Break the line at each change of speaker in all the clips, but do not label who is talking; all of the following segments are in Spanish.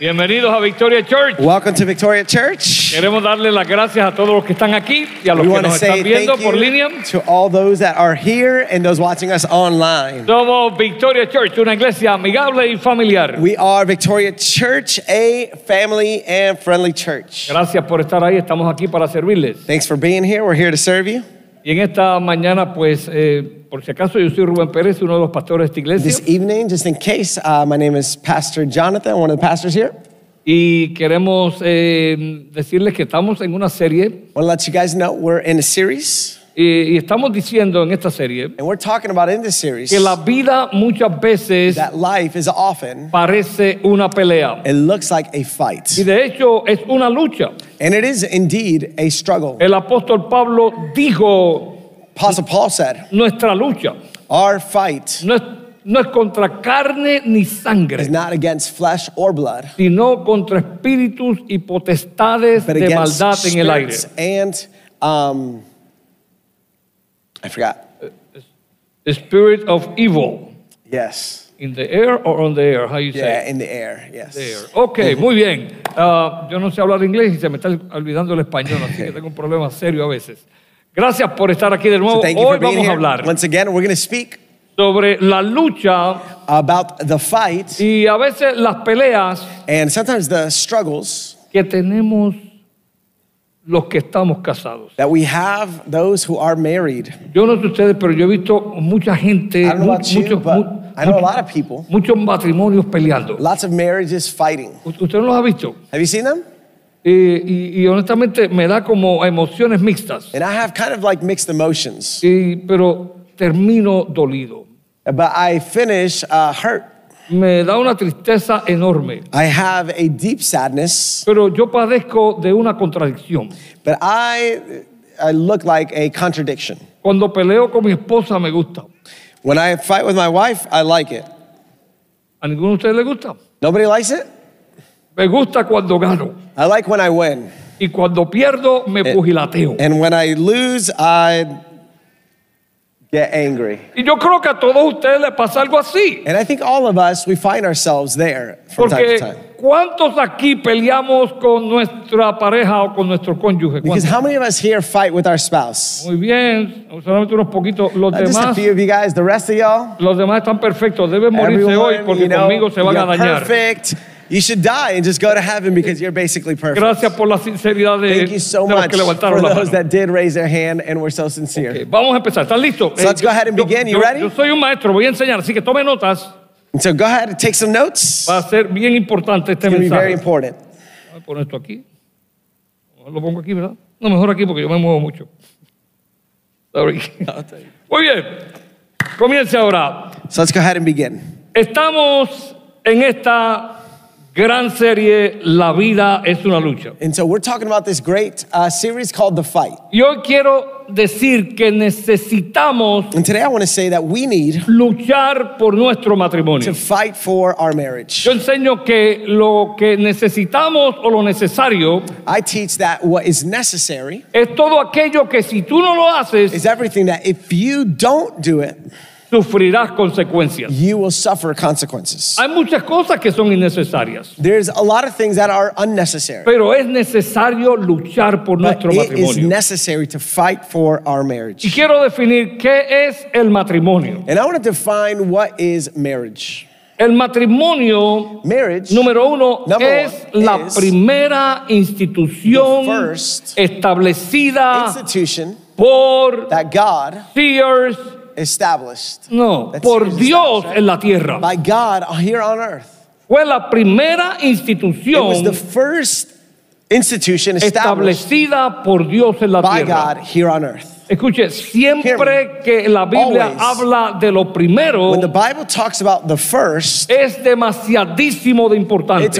Bienvenidos a Victoria Church.
Welcome to Victoria Church.
Queremos darle las gracias a todos los que están aquí y a los
We
que
want to
nos
say
están viendo
thank
por línea.
you to all those that are here and those watching us online.
Somos Victoria Church, una iglesia amigable y familiar.
We are Victoria Church, a family and friendly church.
Gracias por estar ahí, estamos aquí para servirles.
Thanks for being here. We're here to serve you.
Y en esta mañana, pues, eh, por si acaso, yo soy Rubén Pérez, uno de los pastores de esta
This
iglesia,
evening, just in case, uh, my name is Pastor Jonathan, one of the pastors here.
y queremos eh, decirles que estamos en una serie
want to let you guys know we're in a series,
y, y estamos diciendo en esta serie
and we're talking about in this series
que la vida muchas veces
that life is often,
parece una pelea
it looks like a fight.
y de hecho es una lucha.
And it is indeed a struggle.
El apóstol Pablo dijo,
Apostle Paul said,
nuestra lucha
Our fight
no es, no es contra carne ni
is
sangre,
not against flesh or blood,
sino contra espíritus y potestades
but
de
against
maldad en el aire.
spirits and, um, I forgot.
The spirit of evil
Yes.
in the air or on the air, how you
Yeah,
say it?
in the air. Yes.
The air. Ok, muy bien. Ah, yo no sé hablar inglés y se me está olvidando el español, así que tengo un problema serio a veces. Gracias por estar aquí de
So
nuevo.
thank you
Hoy
for being
vamos a
here.
hablar
Once again, we're going to speak
sobre la lucha
about the fight
y a veces las peleas
and sometimes the struggles
que tenemos los que estamos casados.
that we have those who are married.
Yo no sé ustedes, pero yo he visto mucha gente,
I don't know
mu-
about you,
muchos,
but
mu-
I know a lot of people,
muchos matrimonios peleando.
lots of marriages fighting.
U- Usted no los ha visto.
Have you seen them?
Eh, y, y honestamente me da como emociones mixtas.
And I have kind of like mixed emotions,
Y- pero termino dolido.
but I finish uh, hurt.
Me da una tristeza enorme.
I have a deep sadness,
Pero yo padezco de una contradicción.
but I, I look like a contradiction.
Cuando peleo con mi esposa me gusta.
When I fight with my wife, I like it.
¿A ninguno de ustedes le gusta?
Nobody likes it.
Me gusta cuando gano.
I like when I win.
Y cuando pierdo me
Eh,
pugilateo.
And when I lose, I get angry.
Y yo creo que a todos ustedes les pasa algo así.
And I think all of us, we find ourselves there from time to
Porque
time.
¿cuántos aquí peleamos con nuestra pareja o con nuestro cónyuge?
Because
¿Cuántos?
how many of us here fight with our spouse?
Muy bien, solamente unos poquitos. Los
Not just a
demás,
few of you guys, the rest of y'all.
los demás están perfectos. Deben morirse hoy
Everyone,
porque
you know,
conmigo se van a
you're
dañar.
perfect. You should die and just go to heaven because you're basically perfect.
Gracias por la sinceridad de,
Thank you so
de los
much
que
for
levantaron la
those
mano.
that did raise their hand and were so sincere.
Ok, Vamos a empezar. ¿Están listos?
So let's go ahead and
yo-
begin. You
yo-
ready?
yo soy un maestro, voy a enseñar, así que tome notas.
And so go ahead and take some notes.
Va a ser bien importante este
It's going to be very
mensaje.
important.
Voy a poner Ah, esto aquí. Lo pongo aquí, ¿verdad? No, mejor aquí porque yo me muevo mucho. Sorry. Muy bien. Comience ahora.
So let's go ahead and begin.
Estamos en esta gran serie La vida es una lucha.
And so we're talking about this great uh, series called The Fight.
Y hoy quiero decir que necesitamos
And today I want to say that we need
luchar por nuestro matrimonio.
to fight for our marriage.
Yo enseño que lo que necesitamos o lo necesario
I teach that what is necessary
es todo aquello que si tú no lo haces,
is everything that if you don't do it,
sufrirás consecuencias.
you will suffer consequences.
Hay muchas cosas que son innecesarias,
There's a lot of things that are unnecessary.
pero es necesario luchar por
But
nuestro
it is
matrimonio.
necessary to fight for our
Y
marriage.
quiero definir qué es el matrimonio.
And I want to define what is marriage.
El matrimonio,
Marriage
número uno,
Number one
es la
is
primera institución
the first
establecida
institution
por
that God
Sears,
established
no,
That's
por
Sears
Dios en la tierra.
by God here on earth.
Fue la primera
It was the
institución
first institution established
establecida por Dios en la
by
tierra.
God here on earth.
Escuche,
Hear
siempre que la Biblia
Always.
habla de lo primero,
When the Bible talks about the first,
es demasiadísimo de
it's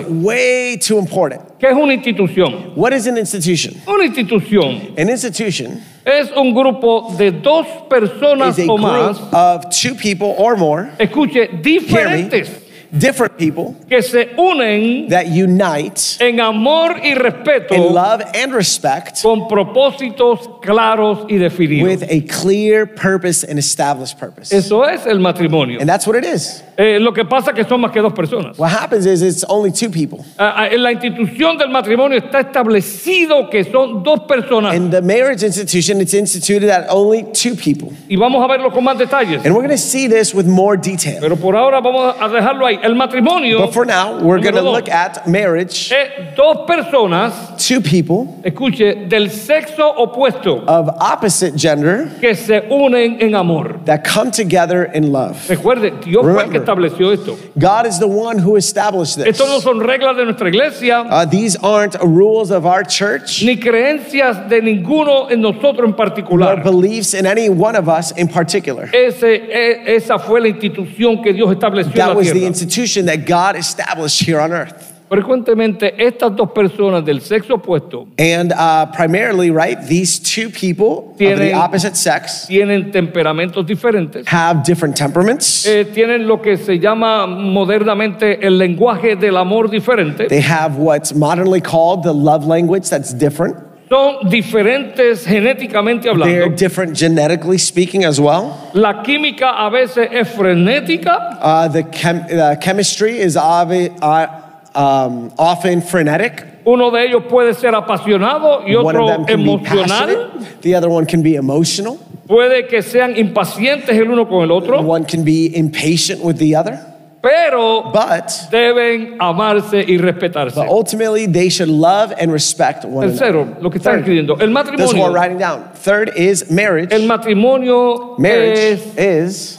importante.
way too important.
¿Qué es una institución?
What is an institution?
Una institución
An institution
es un grupo de dos personas
is a
o más,
group of two people or more
escuche,
hear me,
diferentes,
different people
que se unen
that unite
en amor y respeto
in love and respect
con propósitos claros y definidos.
with a clear purpose and established purpose.
Eso es el matrimonio.
And that's what it is.
Eh, lo que pasa es que son más que dos personas.
What happens is it's only two people.
Ah, ah, En la institución del matrimonio está establecido que son dos personas.
In the marriage institution, it's instituted at only two people.
Y vamos a verlo con más detalles.
And we're going to see this with more detail.
Pero por ahora vamos a dejarlo ahí. El matrimonio
But for now, we're going to
Número dos.
look at marriage,
es dos personas,
two people
escuche, del sexo opuesto
of opposite gender
que se unen en amor.
that come together in love.
Recuerde, Dios fue el que
Remember.
estableció esto.
God is the one who established this.
Esto no son reglas de nuestra iglesia
Uh, these aren't rules of our church
ni creencias de ninguno en nosotros en
nor
particular.
beliefs in any one of us in particular.
Ese, e- esa fue la institución que Dios estableció en
That
la
was the
tierra.
institution that God established here on earth.
Frecuentemente estas dos personas del sexo opuesto
And uh, primarily, right, these two people of the
Tienen-
opposite sex
tienen temperamentos diferentes,
have different temperaments.
eh, tienen lo que se llama modernamente el lenguaje del amor diferente,
They have what's modernly called the love language that's different.
son diferentes genéticamente
They're
hablando.
different genetically speaking as well.
La química a veces es frenética,
Uh, the, chem- the chemistry is obvi- uh, um, often frenetic.
uno de ellos puede ser apasionado y
One of them
otro
can be
emocional,
passionate. The other one can be emotional.
puede que sean impacientes el uno con el otro,
One can be impatient with the other.
pero
But,
deben amarse y
but oh,
respetarse.
ultimately, they should love and respect one another.
Tercero, lo que está
Third.
escribiendo, el
That's what we're
matrimonio.
writing down. Third is marriage.
El matrimonio
Marriage
es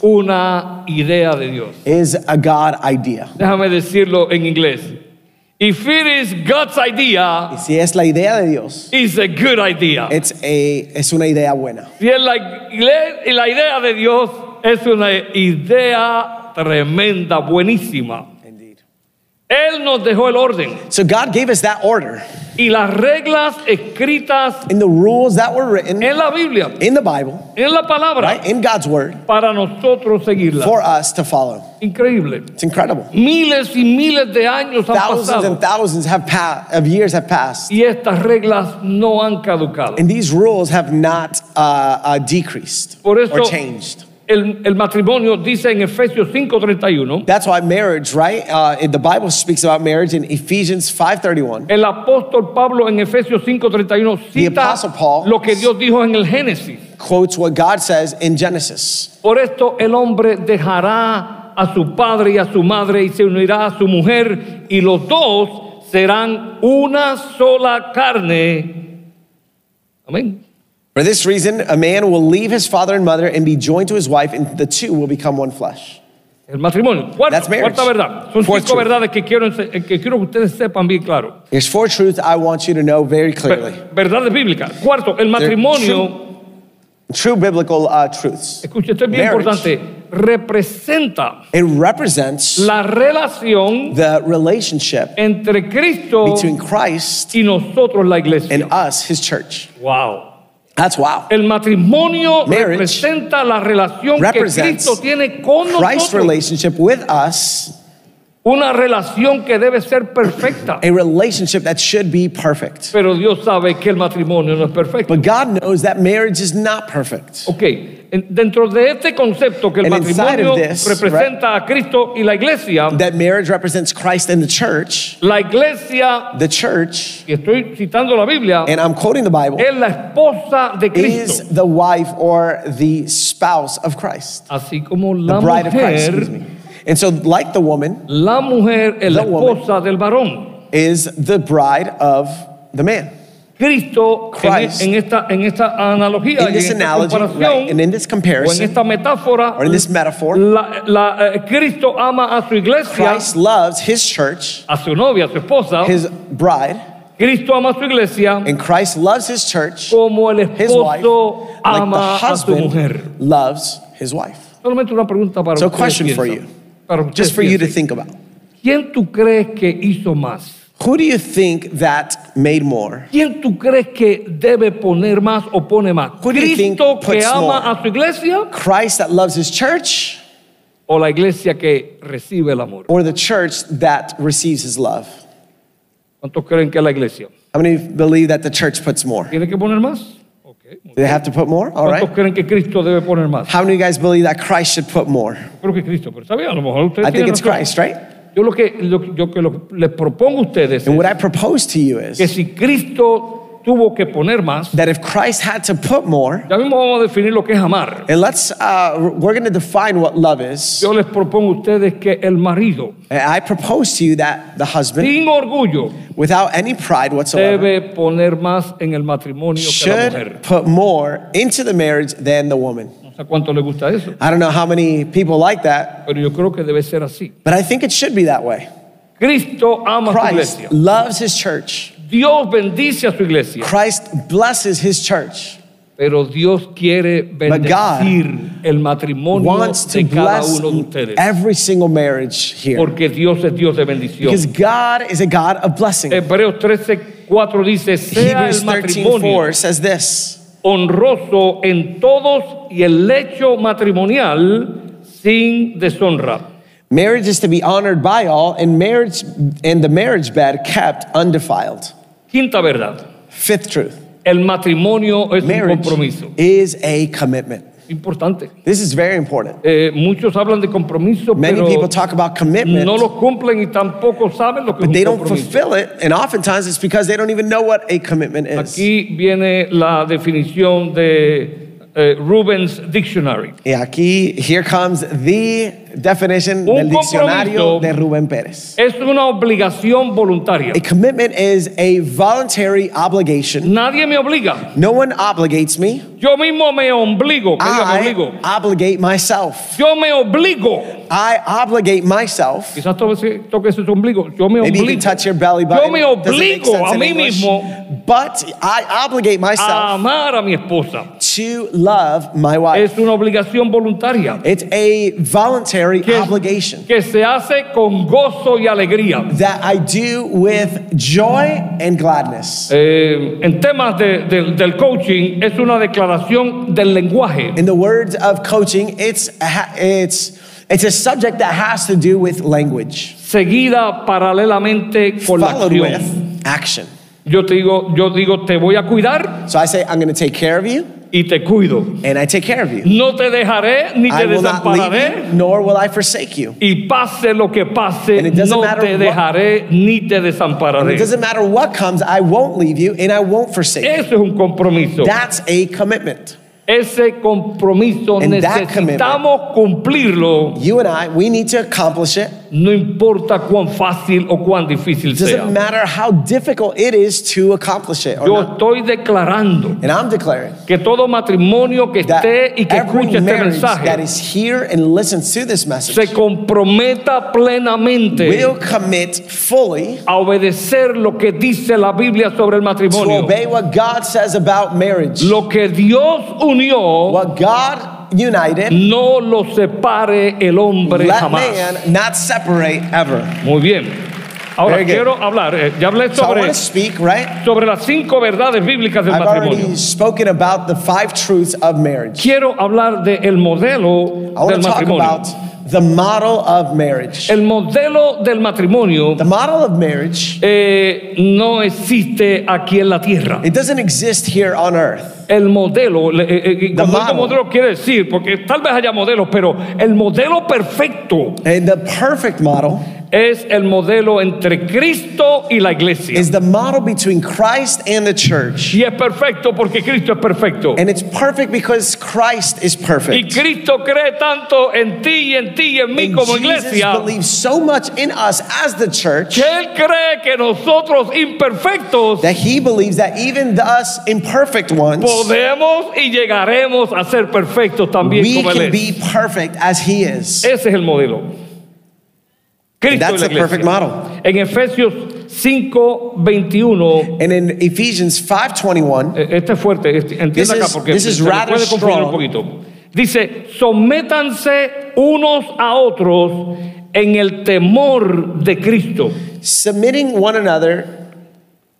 is
una idea de Dios.
is a God idea.
Déjame decirlo en inglés. If it is God's idea,
Y si es la idea de Dios,
it's a good idea.
it's a, es una idea buena.
Si es la, igle- la idea de Dios, es una idea tremenda, buenísima.
Indeed.
Él nos dejó el orden
So God gave us that order.
y las reglas escritas
In the rules that were written
en la Biblia,
in the Bible,
en la palabra,
right? In God's word
para nosotros seguirlas.
for us to follow.
Increíble.
It's incredible.
Miles y miles de años han
Thousands
pasado.
and thousands have pa- of years have passed,
y estas reglas no han caducado.
and these rules have not uh, uh, decreased
Por eso-
or changed.
El, el matrimonio dice en Efesios 5:31,
That's why marriage, right? Uh, it- the Bible speaks about marriage in Ephesians 5:31.
el apóstol Pablo en Efesios 5:31 cita
apostle Paul-
lo que Dios dijo en el Génesis.
quotes what God says in Genesis.
Por esto el hombre dejará a su padre y a su madre y se unirá a su mujer y los dos serán una sola carne. Amén.
For this reason, a man will leave his father and mother and be joined to his wife, and the two will become one flesh.
El matrimonio. Cuarto,
That's marriage.
cuarta verdad. Son
Fourth
cinco
truth.
verdades que quiero, ense- que quiero que ustedes sepan bien claro.
There's four truths I want you to know very clearly.
Ver- Verdades bíblicas. Cuarto, el matrimonio,
True biblical uh, truths.
escuche, esto es bien
Marriage.
importante, representa
It represents
la relación
the relationship
entre Cristo
between Christ
y nosotros, la iglesia.
and us, his church.
wow.
That's wow.
El matrimonio
Marriage
representa la relación que
represents
Cristo tiene con
Christ's
nosotros.
relationship with us,
Una relación que debe ser perfecta.
a relationship that should be perfect.
Pero Dios sabe que el matrimonio no es perfecto.
But God knows that marriage is not perfect.
Ok, en- dentro de este concepto que el
And inside of
matrimonio
this,
representa a Cristo y la iglesia,
That marriage represents Christ and the church.
la iglesia
The church
y estoy citando la Biblia,
and I'm quoting the Bible,
es la esposa de
is
Cristo.
the wife or the spouse of Christ,
Así como
the
la
bride of Christ, excuse
mujer,
me. And so, like the woman,
la mujer es la
The woman.
esposa del varón.
is the bride of the man.
Cristo en, e-
Christ.
en esta, en esta analogía,
In
y en
this
esta
analogy,
comparación,
right, and in this
o en
comparison,
esta metáfora,
or in this metaphor,
la- la- eh, Cristo ama a su iglesia,
Christ loves his church,
a su novia, a su esposa.
his bride,
Cristo ama a su iglesia
and Christ loves his church,
como el
his wife,
esposo
like the
ama a su mujer.
husband loves his wife.
Solamente una pregunta para
So
ustedes
question for
piensan,
you.
para ustedes
Just for you to
piensan.
think about.
¿Quién tú crees que hizo más?
Who do you think that made more?
¿Quién tú crees que debe poner más o pone más?
Who do you think
¿Cristo que
puts
ama
more?
a su iglesia
Christ that loves his church
o la iglesia que recibe el amor?
or the church that receives his love?
¿Cuántos creen que es la iglesia?
How many believe that the church puts more? Do
¿Tiene que poner más? Ok, muy bien.
they have to put more? All
¿Cuántos
right.
creen que Cristo debe poner más?
How many of you guys believe that Christ should put more?
Creo que Cristo, pero ¿sabe? A lo mejor ustedes
I think
tienen
it's
razón.
Christ, right?
Yo lo que, lo- yo que lo- les propongo a ustedes
And
es
what I propose to you
que
is
si Cristo tuvo que poner más,
that if Christ had to put more,
ya mismo vamos a definir lo que es amar.
and let's, uh, we're going to define what love is.
Yo les propongo a ustedes que el marido,
And I propose to you that the husband,
sin orgullo,
without any pride whatsoever,
debe poner más en el matrimonio que la mujer.
should put more into the marriage than the woman.
No sé cuánto le gusta eso,
I don't know how many people like that,
pero yo creo que debe ser así.
but I think it should be that way.
Oh, Cristo ama a su iglesia.
Christ loves his church.
Dios bendice a su iglesia,
Christ blesses his church.
pero Dios quiere bendecir el matrimonio
Wants to
de cada
bless
uno de ustedes,
every single marriage here.
porque Dios es Dios de bendición.
Because God is a God of blessing.
Hebreos 13, 4 dice, sea
Hebrews
Eh,
13
el matrimonio
4 says this
honroso en todos y el lecho matrimonial sin deshonra.
Marriage is to be honored by all, and marriage and the marriage bed kept undefiled.
Quinta verdad,
Fifth truth.
el matrimonio es un
Marriage
compromiso.
is a commitment.
Importante.
This is very important.
Eh, muchos hablan de compromiso,
Many
pero
people talk about commitment,
no lo cumplen y tampoco saben lo que
but
es
they
un
don't
compromiso.
fulfill it, and oftentimes it's because they don't even know what a commitment is.
Aquí viene la definición de eh, Rubens Dictionary.
Y aquí, here comes the definition
Un
del diccionario
compromiso.
de Rubén Pérez.
Es una obligación voluntaria.
A commitment is a voluntary obligation.
Nadie me obliga.
No one obligates me.
Yo mismo me obligo. que
Ah,
diga, me obligo.
I obligate myself.
Yo me obligo.
I obligate myself.
Quizás toque, toque ese ombligo. Yo me
Maybe you can
obligo
touch your belly
Yo
button.
me
Doesn't make
obligo
sense
a
in
mí
English.
mismo
But I obligate
a
myself
amar a mi esposa.
to love my wife.
Es una obligación voluntaria
It's a voluntary
que,
obligation
que se hace con gozo y alegría.
that I do with joy and gladness.
Eh, en temas de- de- del coaching, es una declaración del lenguaje.
In the words of coaching, it's a, ha- it's it's a subject that has to do with language,
seguida paralelamente con la
followed
acción.
with action.
Yo te digo, yo digo, te voy a cuidar
So I say, I'm going to take care of you,
y te cuido.
and I take care of you.
No te dejaré ni
I
te
will not leave
desampararé.
you, nor will I forsake you.
Y pase lo que pase,
And it doesn't
no
matter
te
what-
dejaré ni te
And
desampararé.
it
Eso
doesn't matter what comes, I won't leave you, and I won't forsake you.
es un compromiso.
That's a commitment.
Ese compromiso
And that
necesitamos cumplirlo,
You and I, we need to accomplish it.
no importa cuán fácil o cuán difícil
It doesn't
sea.
matter how difficult it is to accomplish it or
Yo
not.
estoy declarando
And I'm declaring
que todo matrimonio que
that
esté y que
every
escuche este
marriage that
mensaje
is here and listens to this message
se comprometa plenamente
will commit fully
a obedecer lo que dice la Biblia sobre el
to
matrimonio.
obey what God says about marriage.
Lo que Dios unió,
What God united,
no lo separe el hombre
let
jamás.
man not separate ever.
Muy bien. Ahora
Very good.
quiero hablar, eh, ya hablé
So I want
sobre,
to speak, right?
sobre las cinco verdades bíblicas del
I've already
matrimonio.
spoken about the five truths of marriage.
Quiero hablar del modelo
I want
del
to talk
matrimonio.
about the model of marriage.
El modelo del matrimonio
The model of marriage,
eh, no existe aquí en la tierra.
it doesn't exist here on earth.
El modelo, le- eh, eh, cuando digo
model.
modelo quiere decir, porque tal vez haya modelos, pero el modelo perfecto
And the perfect model
es el modelo entre Cristo y la iglesia.
is the model between Christ and the church.
y es perfecto porque Cristo es perfecto.
And it's perfect because Christ is
Y
perfect.
Cristo cree tanto en ti y en ti y en mí
And
como
Jesus
iglesia,
believes so much in us as the church
que Él cree que nosotros imperfectos
that he believes that even the us imperfect ones,
podemos y llegaremos a ser perfectos también
we
como Él
can
es.
be perfect as he is.
Ese es el modelo. Cristo y la
That's the
iglesia.
perfect model.
En Efesios 5, 21,
And in Ephesians 5:21,
eh, este es fuerte, este,
This
entienda acá
is-
porque
this is
se le
rather
puede confundir un
strong.
poquito. Dice, sométanse unos a otros en el temor de Cristo.
submitting one another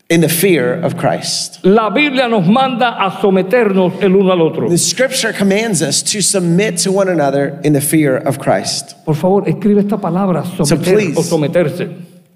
in the fear of Christ.
La Biblia nos manda a someternos el uno al otro.
The scripture commands us to submit to one another in the fear of Christ.
Por favor, escribe esta palabra, someter
please.
o someterse.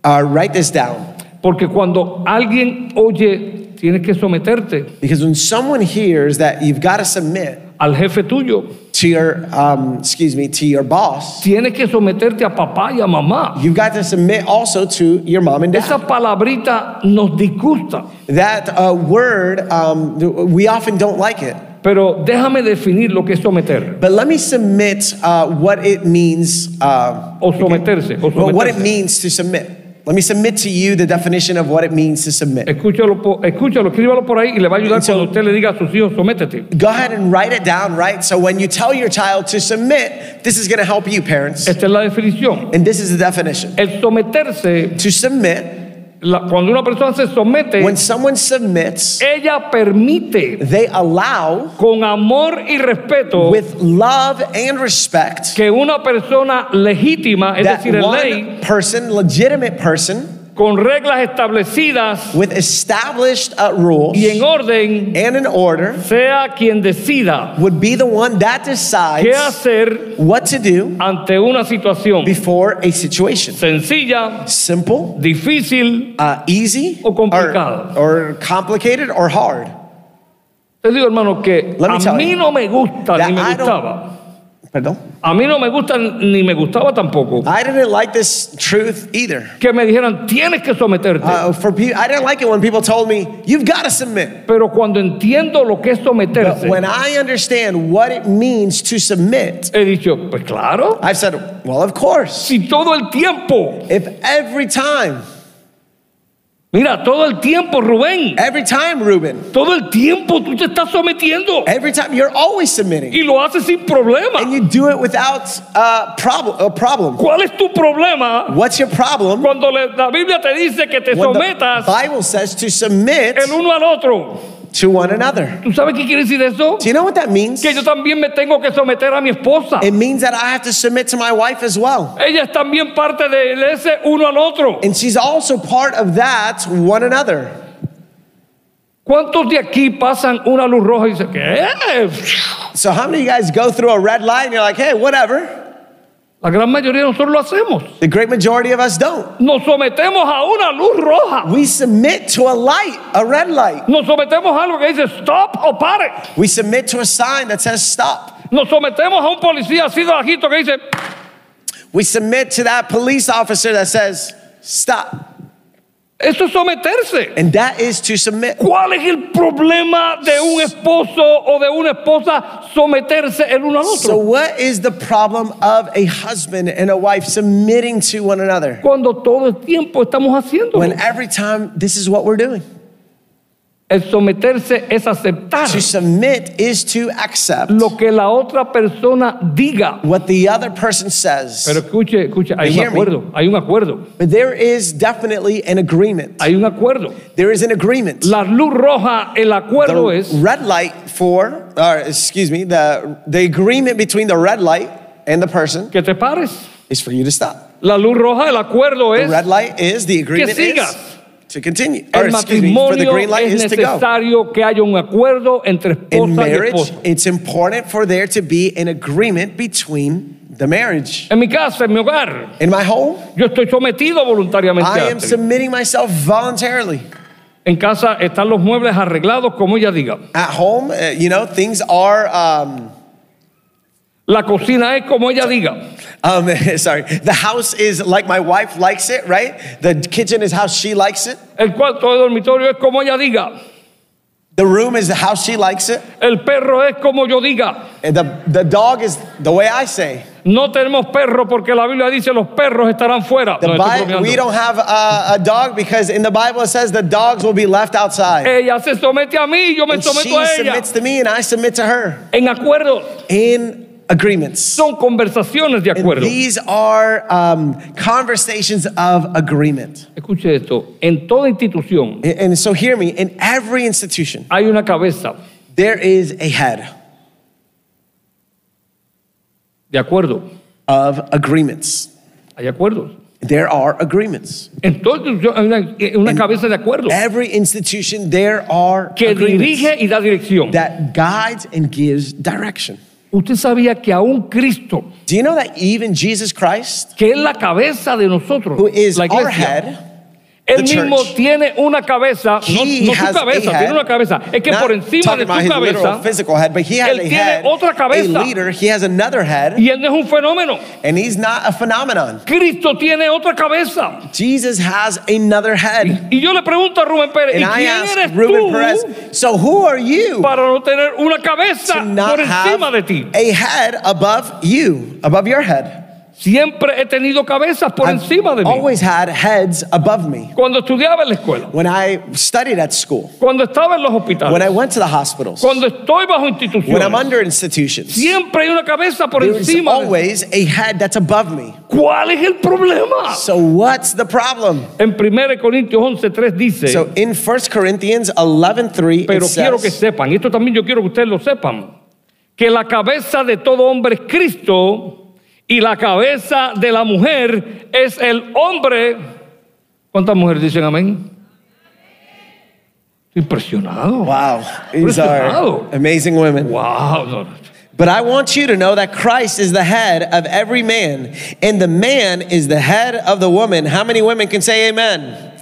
Uh, write this down
Porque cuando alguien oye, tienes que someterte
because when someone hears that you've got to submit
al jefe tuyo,
to your, um, excuse me, to your boss,
tienes que someterte a papá y a mamá.
you've got to submit also to your mom and dad.
Esa palabrita nos disgusta,
That uh, word, um, we often don't like it.
pero déjame definir lo que es someter
But let me submit uh, what it means. Uh,
o someterse. O
well, what it
someterse.
means to submit. Let me submit to you the definition of what it means to submit.
Escúchalo, po- escúchalo, escríbalo por ahí y le va a ayudar
So-
cuando usted le diga a sus hijos, sométete.
Go ahead and write it down, right? So when you tell your child to submit, this is going to help you, parents.
Esta es la definición.
And this is the definition.
El someterse,
To submit,
la- cuando una persona se somete,
when someone submits,
ella permite
they allow
con amor y respeto
with love and respect
que una persona legítima, es
that
decir, en ley,
one person, legitimate person,
con reglas establecidas
with established uh, rules
y en orden,
and an order
sea quien decida
would be the one that
qué
decides
hacer
what to do
ante una situación
before a situation.
sencilla,
Simple.
difícil.
uh, easy
O complicado.
Or, or complicated or hard.
Te digo, hermano, que
Let me
a
tell
mí
you
no me gusta
that
ni me
I don't-
gustaba.
Perdón.
A mí no me gusta ni me gustaba tampoco.
I didn't like this truth either.
Que me dijeran, tienes que someterte.
Uh, for pe- I didn't like it when people told me, you've got to submit.
Pero cuando entiendo lo que es
But
someterse,
when I understand what it means to submit,
he dicho, pues claro,
I've said, well, of course.
si todo el tiempo,
If every time,
mira, todo el tiempo, Rubén,
every time, Ruben,
Todo el tiempo tú te estás sometiendo
every time, you're always submitting.
y lo haces sin problema.
And you do it without uh, problem, a problem.
¿Cuál es tu problema
What's your problem?
cuando le- la Biblia te dice que te
When the
sometas
Bible says to submit
el uno al otro?
to one another.
¿Tú sabes qué quiere decir eso?
Do you know what that means?
Que yo también me tengo que someter a mi esposa.
It means that I have to submit to my wife as well.
Ella es también parte de ese uno al otro.
And she's also part of that one another.
¿Cuántos de aquí pasan una luz roja y dicen, ¿qué?
So, how many of you guys go through a red light and you're like, hey, whatever?
La gran mayoría de nosotros lo hacemos.
The great majority of us don't.
Nos sometemos a una luz roja.
We submit to a light, a red light.
Nos sometemos a algo que dice stop o pare.
We submit to a sign that says stop.
Nos sometemos a un policía así de bajito que dice
We submit to that police officer that says stop.
Eso es someterse.
And that is to submit.
¿Cuál es el problema de un esposo o de una esposa someterse el uno al
So,
otro?
what is the problem of a husband and a wife submitting to one another?
Cuando todo el tiempo estamos haciendo.
When every time this is what we're doing.
El someterse es aceptar
To submit is to accept.
lo que la otra persona diga.
what the other person says.
Pero escuche, escuche, hay
You
un
hear me?
acuerdo, hay un acuerdo,
but there is definitely an agreement.
hay un acuerdo.
there is an agreement.
La luz roja, el acuerdo es
red light for, or excuse me, the, the agreement between the red light and the person
que te pares.
is for you to stop.
La luz roja, el acuerdo
The
es
red light is, the agreement
sigas.
is to continue. Or
el
excuse me, for the
matrimonio
green light
es
is to go.
necesario que haya un acuerdo entre
In
esposa y
marriage,
esposo.
it's important for there to be an agreement between the marriage.
En mi casa, en mi hogar,
In my home,
Yo estoy sometido voluntariamente.
I
a
am
Astrid.
submitting myself voluntarily.
en casa están los muebles arreglados como ella diga.
At home, uh, you know, things are. Um,
La cocina es como ella diga.
Um, sorry. The house is like my wife likes it, right? The kitchen is how she likes it.
El cuarto de dormitorio es como ella diga.
The room is how she likes it.
El perro es como yo diga.
And the, the dog is the way I say.
No tenemos perro porque la Biblia dice los perros estarán fuera.
The
No, estoy
Bi-
bromeando.
we don't have a, a dog because in the Bible it says the dogs will be left outside.
Ella se somete a mí y Eh, yo me
And she
someto a ella.
submits to me and I submit to her
En acuerdos.
in agreements.
Son conversaciones de
And
acuerdo.
these are um, conversations of agreement.
Escuche esto. En toda institución
And- and so hear me in every institution,
hay una cabeza.
there is a head
De acuerdo.
of agreements.
Hay acuerdos.
There are agreements.
Entonces yo- hay una, una cabeza de acuerdo
Every institution, there are
que
agreements
dirige y da dirección.
that guides and gives direction.
Usted sabía que aún Cristo,
Do you know that even Jesus Christ,
que es la cabeza de nosotros,
who is
la
our
iglesia,
head,
él
the
mismo
church,
tiene una cabeza, no,
he
no su
has a
cabeza,
head,
tiene una cabeza. Es que
not
por encima
talking
de
about
su
his literal
cabeza,
physical head, but he has
él
a
tiene
head,
otra cabeza.
a leader, he has another head,
y él no es un fenómeno.
and he's not a phenomenon.
Cristo tiene otra cabeza.
Jesus has another head.
Y yo le pregunto a Rubén Pérez, ¿y
And I
quién eres
ask
tú
Ruben Perez, so who are you
para no tener una
to
cabeza
not
por
have
encima de ti?
a head above you, above your head?
Siempre he tenido cabezas por
I've
encima de mí.
always had heads above me.
Cuando estudiaba en la escuela,
When I studied at school,
cuando estaba en los
when I
hospitales,
went to the hospitals,
cuando estoy bajo
when I'm
instituciones,
under institutions,
siempre hay una cabeza por
there's
encima. de-
always a head that's above me.
¿Cuál es el problema?
So what's the problem?
En 1 Corintios 11:3 dice,
So in 1 Corinthians 11:3 it
pero quiero que
says,
sepan, y esto también yo quiero que ustedes lo sepan, que la cabeza de todo hombre es Cristo y la cabeza de la mujer es el hombre. ¿Cuántas mujeres dicen amén? Estoy impresionado.
wow, these are
Impresionado.
amazing women.
Wow, no, no.
But I want you to know that Christ is the head of every man, and the man is the head of the woman. How many women can say amen?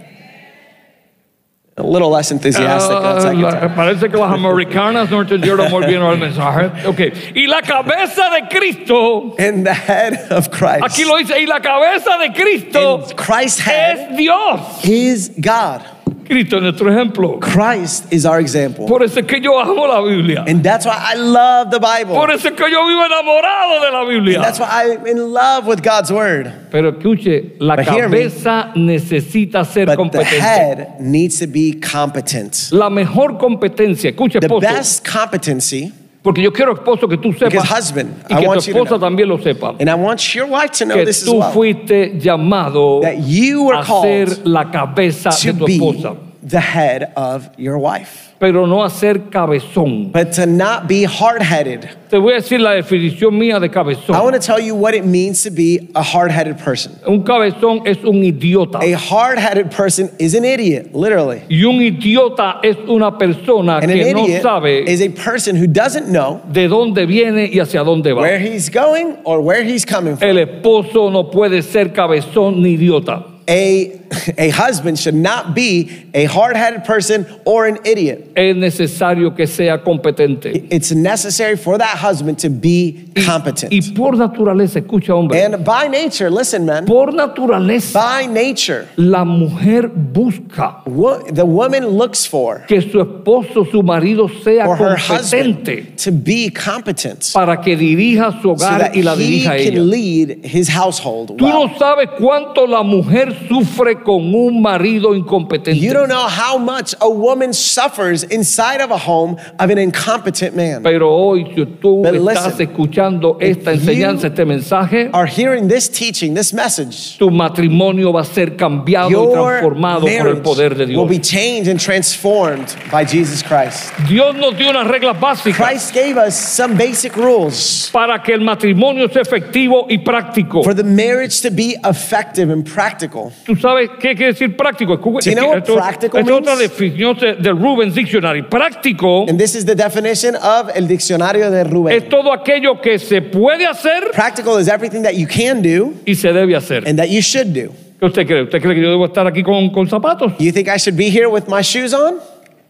A little less enthusiastic on
Ah,
second
la-
time.
parece que las americanas no entendieron muy bien el mensaje. Okay. Y la cabeza de Cristo,
And the head of Christ.
aquí lo dice, y la cabeza de Cristo
And Christ's head
es Dios.
is God.
Cristo es nuestro ejemplo.
Christ is our example.
Por eso es que yo amo la Biblia.
And that's why I love the Bible.
Por eso es que yo vivo enamorado de la Biblia.
That's why I'm in love with God's word.
Pero escuche, la
But hear me.
cabeza necesita ser
But the
competente.
head needs to be competent.
La mejor competencia, escuche
The
esposo,
best competency,
porque yo quiero esposo que tú sepas
Because husband,
y
I
que tu
want you to
esposa
know.
también lo sepa,
and I want your wife to know
que
this as
tú
well.
fuiste llamado
that you were
a ser
called
la cabeza
to
de tu
be
esposa,
the head of your wife,
pero no a ser cabezón.
but to not be hard headed.
Te voy a decir la definición mía de
I
cabezón.
want to tell you what it means to be a hard headed person.
Un cabezón es un idiota.
A hard headed person is an idiot, literally.
Y un idiota es una persona
And an
que no
idiot
sabe
is a person who doesn't know
de dónde viene y hacia dónde va.
where he's going or where he's coming from.
El esposo no puede ser cabezón ni idiota.
A, a husband should not be a hard headed person or an idiot.
Es necesario que sea competente.
It's necessary for that husband to be competent.
Y por naturaleza, escucha hombre,
And by nature, listen, man,
por naturaleza
by nature,
la mujer busca
wo- the woman looks for
que su esposo, su marido sea
for her
competente
husband to be competent so
para que dirija su hogar
that
y la
he
dirija a ella.
can lead his household.
Tú
well.
no sabes cuánto la mujer sufre con un marido
You
incompetente.
don't know how much a woman suffers inside of a home of an incompetent man.
Pero hoy, si tú
But
estás
listen,
escuchando esta
if
enseñanza,
you
este mensaje,
Are hearing this teaching, this message,
tu matrimonio va a ser cambiado y
your
transformado por el
marriage
poder de
will
Dios.
be changed and transformed by Jesus Christ.
Dios nos dio unas reglas básicas
Christ gave us some basic rules
para que el matrimonio sea efectivo y práctico.
for the marriage to be effective and practical.
¿Tú sabes qué quiere decir práctico? Escu-
Do you
es
know
que
what
esto-
practical
esta es otra
means?
definición de- del Rubens Dictionary. Práctico
And this is the definition of El Diccionario de
es
Rubén.
todo aquello que se puede hacer
Practical is everything that you can do
y se debe hacer.
and that you should do.
¿Qué usted cree? ¿Usted cree que yo debo estar aquí con, con zapatos?
You think I should be here with my shoes on?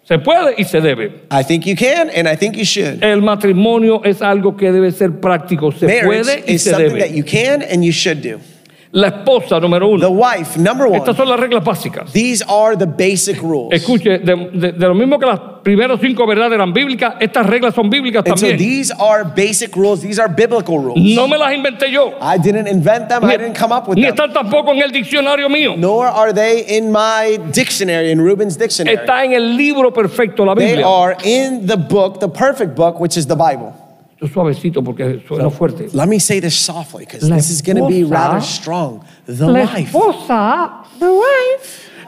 Se puede y se debe.
I think you can, and I think you should.
El matrimonio es algo que debe ser práctico, se
Marriage
puede y
is
se
something that
debe.
you can and you should do.
La esposa número
The
uno.
wife, number
Estas
one,
son las reglas básicas.
these are the basic rules.
Escuche, de, de- de lo mismo que las primeras cinco verdades eran bíblicas, estas reglas son bíblicas
And so
también.
these are basic rules, these are biblical rules.
No me las inventé yo,
I didn't invent them, I didn't come up with
ni
them.
están tampoco en el diccionario mío.
Nor are they in my dictionary, in Rubin's dictionary.
Está en el libro perfecto, la
They
Biblia.
are in the book, the perfect book, which is the Bible.
Esto es suavecito porque suena fuerte.
Let me say this softly because
La
this is going to be
esposa-
rather strong. The
La
wife
esposa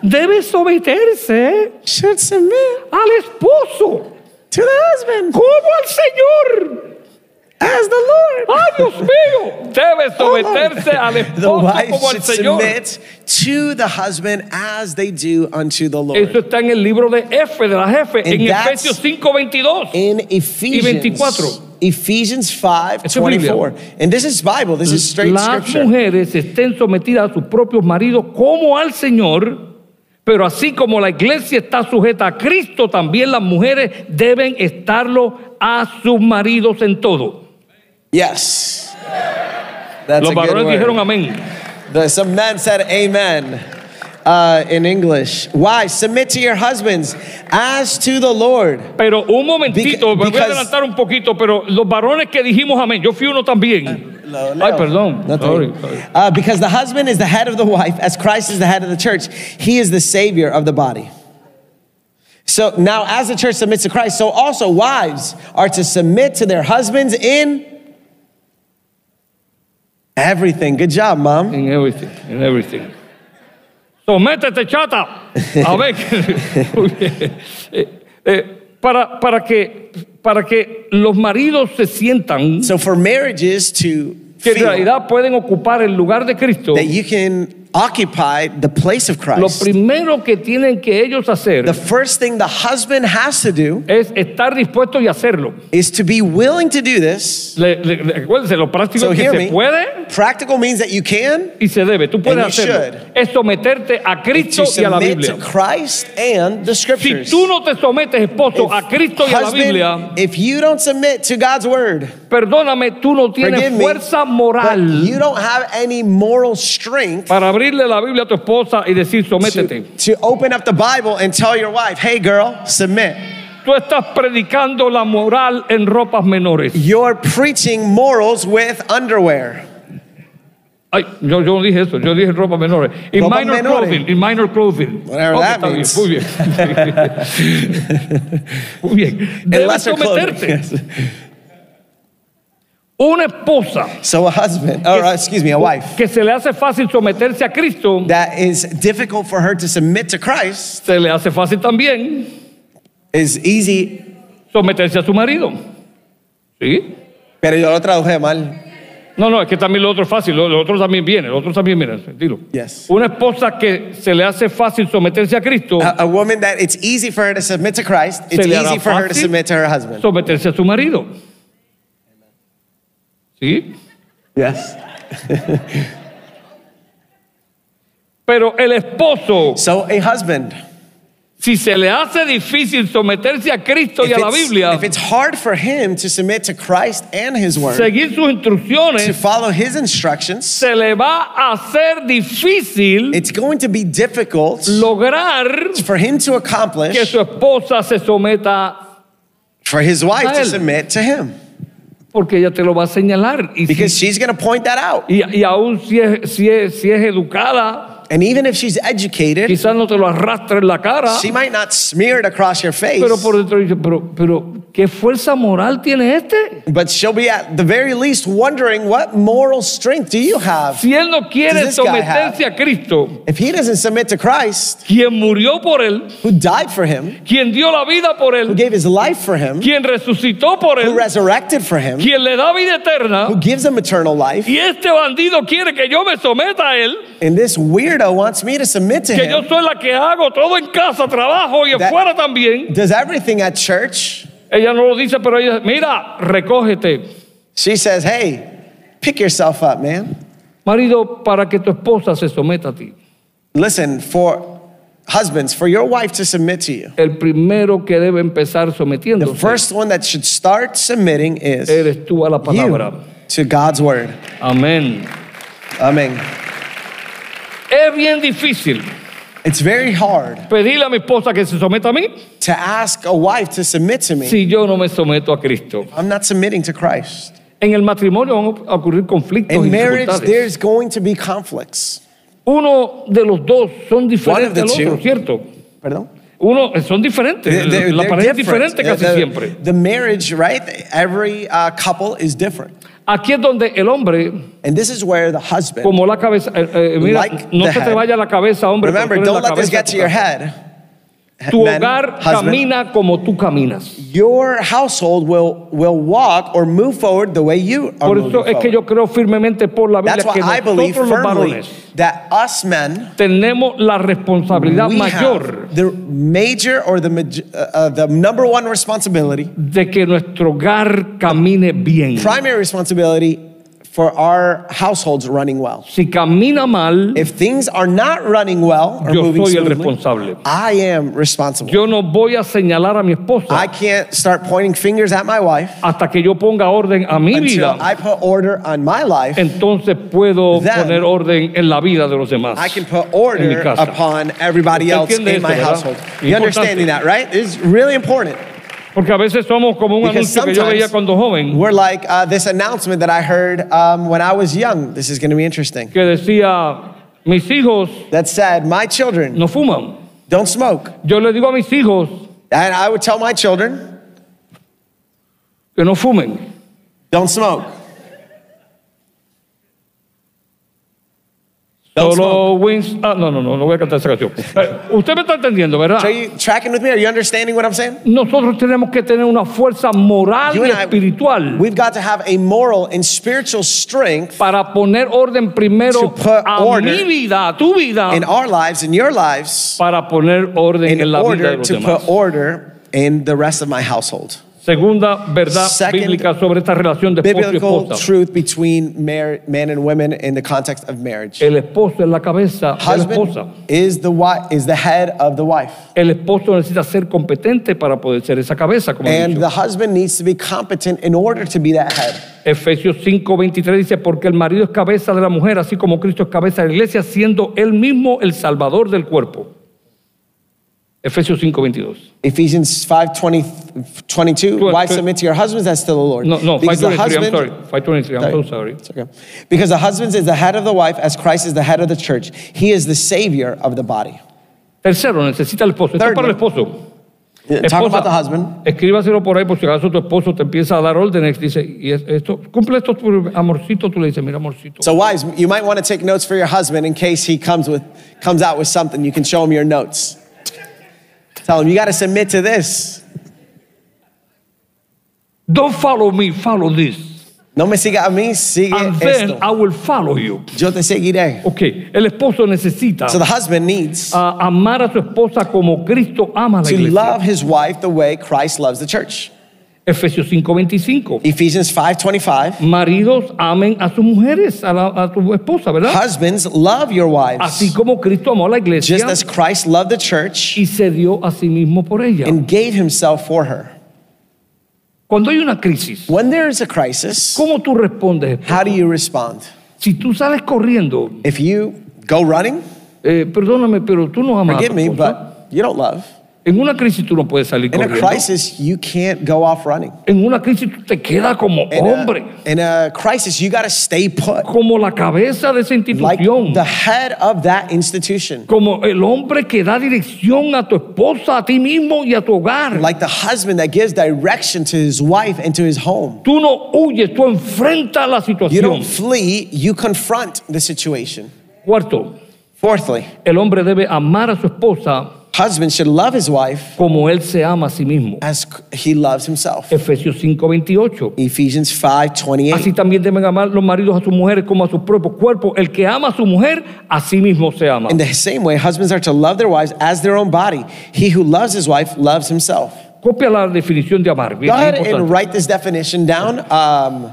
debe someterse
should submit
al esposo,
to the husband
como al Señor.
as the Lord. Oh,
¡Ay, Dios mío! debe someterse al
The
esposo
wife
como al
should
Señor.
submit to the husband as they do unto the Lord.
Eso está en el libro de F, de las F, en
that's-
Efesios 5.22.
in Ephesians,
24.
Ephesians 5
Esto es Biblia.
24. And this is Bible, this is straight
Las
scripture.
mujeres estén sometidas a sus propios maridos como al Señor, pero así como la iglesia está sujeta a Cristo, también las mujeres deben estarlo a sus maridos en todo.
Yes. That's
Los
a good
varones dijeron
word.
amén.
The, some men said amen uh, in English. Why? Submit to your husbands as to the Lord.
Pero un momentito,
Beca-
me voy a
because-
adelantar un poquito, pero los varones que dijimos amén, yo fui uno
Ah,
también. Ay, perdón.
Nothing.
Sorry, sorry.
Uh, because the husband is the head of the wife, as Christ is the head of the church. He is the savior of the body. So now, as the church submits to Christ, so also wives are to submit to their husbands in everything. Good job, mom.
In everything, in everything. Sométete, chata. A ver. Muy bien. Eh, eh, para, para, que, para que los maridos se sientan
So for marriages to
que en
feel
realidad pueden ocupar el lugar de Cristo,
that you can occupy the place of
lo
Christ,
primero que tienen que ellos hacer
the first thing the husband has to do
es estar dispuestos y hacerlo.
is to be willing to do this.
Le- le- le- acuérdense, lo práctico
So
es que
hear
se
me.
puede
Practical means that you can.
y se debe. Tú puedes
And you
hacerlo.
should.
Es someterte a Cristo
to
y a la
submit
Biblia.
to Christ and the
Si
scriptures.
tú no te sometes, esposo, a Cristo y a la
Husband,
Biblia,
if you don't submit to God's word,
perdóname, tú no
forgive
tienes
me,
fuerza
but you
moral
don't have any moral strength
para abrirle la Biblia a tu esposa y decir,
to,
sométete.
to open up the Bible and tell your wife, hey girl, submit.
Tú estás predicando la moral en ropas menores.
You're preaching morals with underwear.
Ay, yo, yo no dije eso, yo dije ropas menores. In
Ropas
minor
menores.
clothing, in minor clothing.
Whatever
Ok,
that
está bien,
means.
muy bien. muy bien. Debes
lesser clothing,
someterte.
yes.
Una esposa
So a husband, or uh, excuse me, a wife,
que se le hace fácil someterse a Cristo,
that is difficult for her to submit to Christ
se le hace fácil también
is easy.
someterse a su marido. ¿Sí?
Pero yo lo traduje mal.
No, no, es que también lo otro es fácil, lo, lo otro también viene, lo otro también viene, tranquilo.
Yes.
Una esposa que se le hace fácil someterse a Cristo,
A, a woman that it's easy for her to submit to Christ,
se
it's
le hará
easy for her to
fácil
submit to her husband.
someterse a su marido. ¿Sí?
Yes.
Pero el esposo,
So a husband,
si se le hace difícil someterse a Cristo y a la Biblia,
if it's hard for him to submit to Christ and His Word,
seguir sus
to
instrucciones,
follow His instructions,
se le va a hacer difícil
it's going to be difficult
lograr
for him to
que
accomplish,
su esposa se someta
for his wife
a
to
él.
submit to him,
porque ella te lo va a señalar. Y, si-
because she's going to point that out.
y, y aún si es, si es- si es educada,
And even if she's educated,
quizás no te lo arrastra en la cara,
she might not smear it across your face,
pero por dentro dice, pero, pero ¿qué fuerza moral tiene este?
but she'll be at the very least wondering what moral strength do you have?
Si él no quiere
Does this guy
someterse a Cristo,
If he doesn't submit to Christ,
quien murió por él,
who died for him,
quien dio la vida por
who
él,
gave his life for him,
quien resucitó por él,
who resurrected for him,
quien le da vida eterna,
who gives him eternal life,
y este bandido quiere que yo me someta a él,
and this weirdo wants me to submit to
que yo
him,
soy la que hago todo en casa, trabajo y
That-
afuera también.
does everything at church.
Ella no lo dice, pero ella, mira, recógete.
She says, Hey, pick yourself up, man.
Marido, para que tu esposa se someta a ti,
Listen, for husbands, for your wife to submit to you,
el primero que debe empezar
the
sometiéndose
first one that should start submitting is
eres tú a la palabra.
you to God's word.
Amén.
Amen.
Es bien difícil
It's very hard
pedirle a mi esposa que se someta a mí
to ask a wife to submit to me.
si yo no me someto a Cristo.
I'm not submitting to Christ.
En el matrimonio van a ocurrir conflictos y
In marriage,
dificultades.
there's going to be conflicts.
Uno de los dos son diferentes
the
del otro,
two.
¿cierto?
Perdón?
Uno eh, son diferentes.
They're- they're-
la
they're
pareja es
different.
diferente casi
The- the-
siempre.
The marriage, right? Every uh, couple is different.
Aquí es donde el hombre,
And this is where the husband.
como la cabeza, eh, eh, mira,
Like
no
the
se te
head.
vaya la cabeza, hombre.
remember,
porque eres
don't
la
let this
cabeza
get
de
to
tu
your
casa.
head.
Tu
men,
hogar
husband,
camina como tú caminas.
your household will, will walk or move forward the way you are
Por
moving
eso es
forward.
que yo creo firmemente por la
That's why
Biblia que
I believe
nosotros los
firmly
varones
that us men,
tenemos la responsabilidad
we
mayor
have the major or the, maj- uh, uh, the number one responsibility,
de que nuestro hogar camine bien.
primary responsibility for our households running well.
Si camina mal,
If things are not running well or
yo
moving
soy el
smoothly,
responsable.
I am responsible.
Yo no voy a señalar a
I
mi esposa
can't start pointing fingers at my wife
hasta que yo ponga orden a mi
until
vida.
I put order on my life.
Entonces puedo
Then-
poner orden en la vida de los demás.
I can put
en mi
order
casa.
upon everybody
Usted
else
entiende
in my
esto, ¿verdad?
household.
Importante.
You understanding that, right? It's really important
Porque a veces somos como un
because
anuncio que yo veía
sometimes
cuando joven
we're like uh, this announcement that I heard um, when I was young. This is going to be interesting.
que decía, mis hijos
That said, my children
no fuman.
don't smoke,
Yo le digo a mis hijos
and I would tell my children
que no fumen.
don't smoke. Don't smoke.
Solo Wins. Ah, no, no, no, no voy a cantar esa canción. Eh, usted me está entendiendo, ¿verdad?
Are you tracking with me? Are you understanding what I'm saying?
Nosotros tenemos que tener una fuerza moral
You
y
and I-
espiritual
We've got to have a moral and spiritual strength
para poner orden
To
primero
put
a
order
mi vida, a tu vida,
in our lives, in your lives,
para poner orden Ah. en
in
la
order
vida de los
to
demás.
put order in the rest of my household.
Segunda verdad
Second
bíblica sobre esta relación de esposo y
biblical
esposa.
truth between mar- men and women in the context of marriage.
El esposo es la cabeza de la esposa.
Husband is the wi- is the head of the wife,
El esposo necesita ser competente para poder ser esa cabeza, como he
and
dicho.
the husband needs to be competent in order to be that head.
Efesios 5:23 dice, porque el marido es cabeza de la mujer, así como Cristo es cabeza de la iglesia, siendo él mismo el salvador del cuerpo. Efesios 5:22.
Ephesians 5 22,
Two-
wives
two-
submit to your husbands, that's still the Lord.
No, no,
because the
5:23, I'm
husband-
sorry. 5:23, I'm so sorry.
It's okay. Because the husband is the head of the wife, as Christ is the head of the church. He is the savior of the body.
Tercero, necesita el esposo. Esto es
Third
para el
one.
esposo.
Talk
Esposa,
about the husband.
Escríbaselo por ahí por si acaso tu esposo te empieza a dar órdenes. Dice, y es- esto, cumple esto tu amorcito, tú le dices, mira amorcito.
So wives, you might want to take notes for your husband in case he comes with comes out with something. You can show him your notes. Tell him you got to submit to this.
Don't follow me, follow this.
No me siga a mí, sigue
And then
esto.
I will follow you.
Yo te seguiré.
Ok, el esposo necesita
So the husband needs
a amar a su esposa como Cristo ama a la
to
iglesia.
love his wife the way Christ loves the church.
Efesios 5:25.
Ephesians 5:25.
Maridos amen a sus mujeres, a, la- a tu esposa, ¿verdad?
Husbands, love your
Así
wives
como Cristo amó a la iglesia
just as Christ loved the church
y se dio a sí mismo por ella.
and gave himself for her.
Cuando hay una crisis,
When there is a crisis,
¿cómo tú respondes?
how do you respond?
Si tú sales corriendo,
If you go running,
eh, perdóname, pero tú no amas a
forgive
tu
me,
esposa.
but you don't love.
En una crisis tú no puedes salir
In a
corriendo.
crisis, you can't go off running.
En una crisis tú te quedas como
In
hombre,
A, in a crisis, you got to stay put,
como la cabeza de esa
like
institución.
the head of that institution,
Como el hombre que da dirección a tu esposa, a ti mismo y a tu hogar.
like the husband that gives direction to his wife and to his home.
Tú no huyes, tú enfrentas la
You
situación.
don't flee, you confront the situation.
Cuarto,
Fourthly,
el hombre debe amar a su esposa
husband should love his wife
como él se ama a sí mismo.
as c- he loves himself.
Efesios 5:28.
Ephesians 5:28.
Así también deben amar los maridos a sus mujeres como a sus propios cuerpos. El que ama a su mujer, a sí mismo se ama.
In the same way, husbands are to love their wives as their own body. He who loves his wife loves himself.
Copia la definición de amar. bien
Go ahead and
importante.
write this definition down. Um,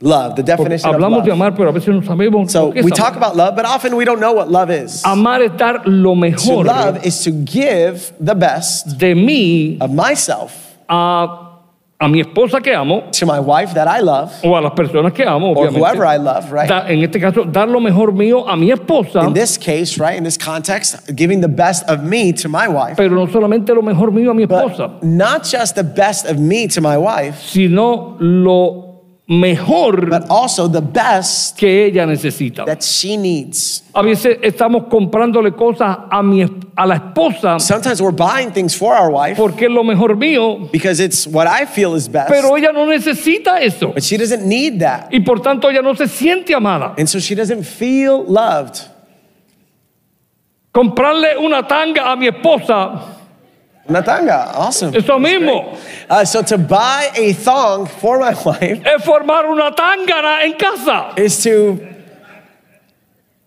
love, the
Porque
definition of
hablamos
love.
de amar, pero a veces no sabemos
So
lo que
we
es
talk
amar.
about love, but often we don't know what love is.
Amar es dar lo
to
mejor
love is to give the best
de mí
of myself
a, a mi esposa que amo
to my wife that I love
o a las personas que amo,
or
obviamente.
whoever I love, right?
Da- en este caso, dar lo mejor mío a mi esposa,
In this case, right, in this context, giving the best of me to my wife,
pero no solamente lo mejor mío a mi esposa,
but not just the best of me to my wife,
sino lo mejor
but also the best
que ella necesita.
that she needs.
A veces estamos comprándole cosas a, mi, esp- a la esposa
Sometimes we're buying things for our wife
porque es lo mejor mío,
because it's what I feel is best,
pero ella no necesita eso.
but she doesn't need that.
Y por tanto ella no se siente amada.
And so she doesn't feel loved.
Comprarle una tanga a mi esposa
Natanga, awesome.
Eso mismo
Uh, so to buy a thong for my wife
es formar una tangana en casa.
is to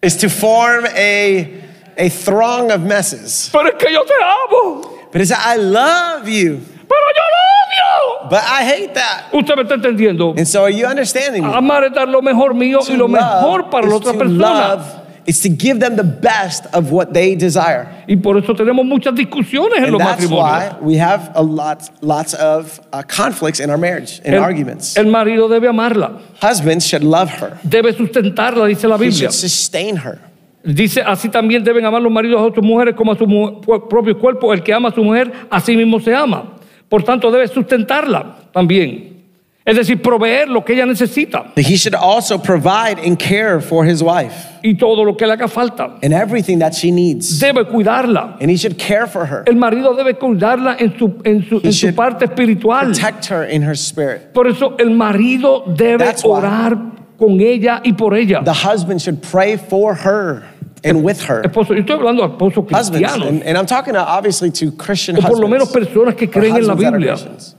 is to form a a throng of messes.
Pero es que yo te amo.
But it's I love you,
Pero yo lo odio.
but I hate that.
Usted me está entendiendo.
And so are you understanding me?
Amar es dar lo mejor mío y lo mejor para
is
la otra
to
persona.
love is to give them the best of what they desire.
Y por eso tenemos muchas discusiones en
And
los
that's
matrimonios.
why we have a lot, lots of uh, conflicts in our marriage and arguments.
el marido debe amarla,
Husbands should love her.
debe sustentarla, dice la
He
Biblia.
should sustain her.
Dice, así también deben amar los maridos a sus mujeres como a su mu- pu- propio cuerpo. El que ama a su mujer, a sí mismo se ama. Por tanto, debe sustentarla también. Es decir, proveer lo que ella necesita
But he should also provide and care for his wife
y todo lo que le haga falta.
and everything that she needs.
Debe cuidarla.
And he should care for her,
El marido debe cuidarla en su, en su, en su
should
parte espiritual.
protect her in her spirit.
Por eso el marido debe
That's why-
orar con ella y por ella.
The husband should pray for her and with her.
Esposo, yo estoy hablando de esposos
Husbands,
cristianos.
and, and I'm talking to, obviously to Christian
O por
husbands.
lo menos personas que
or
creen en la
husbands that are
Biblia.
Christians.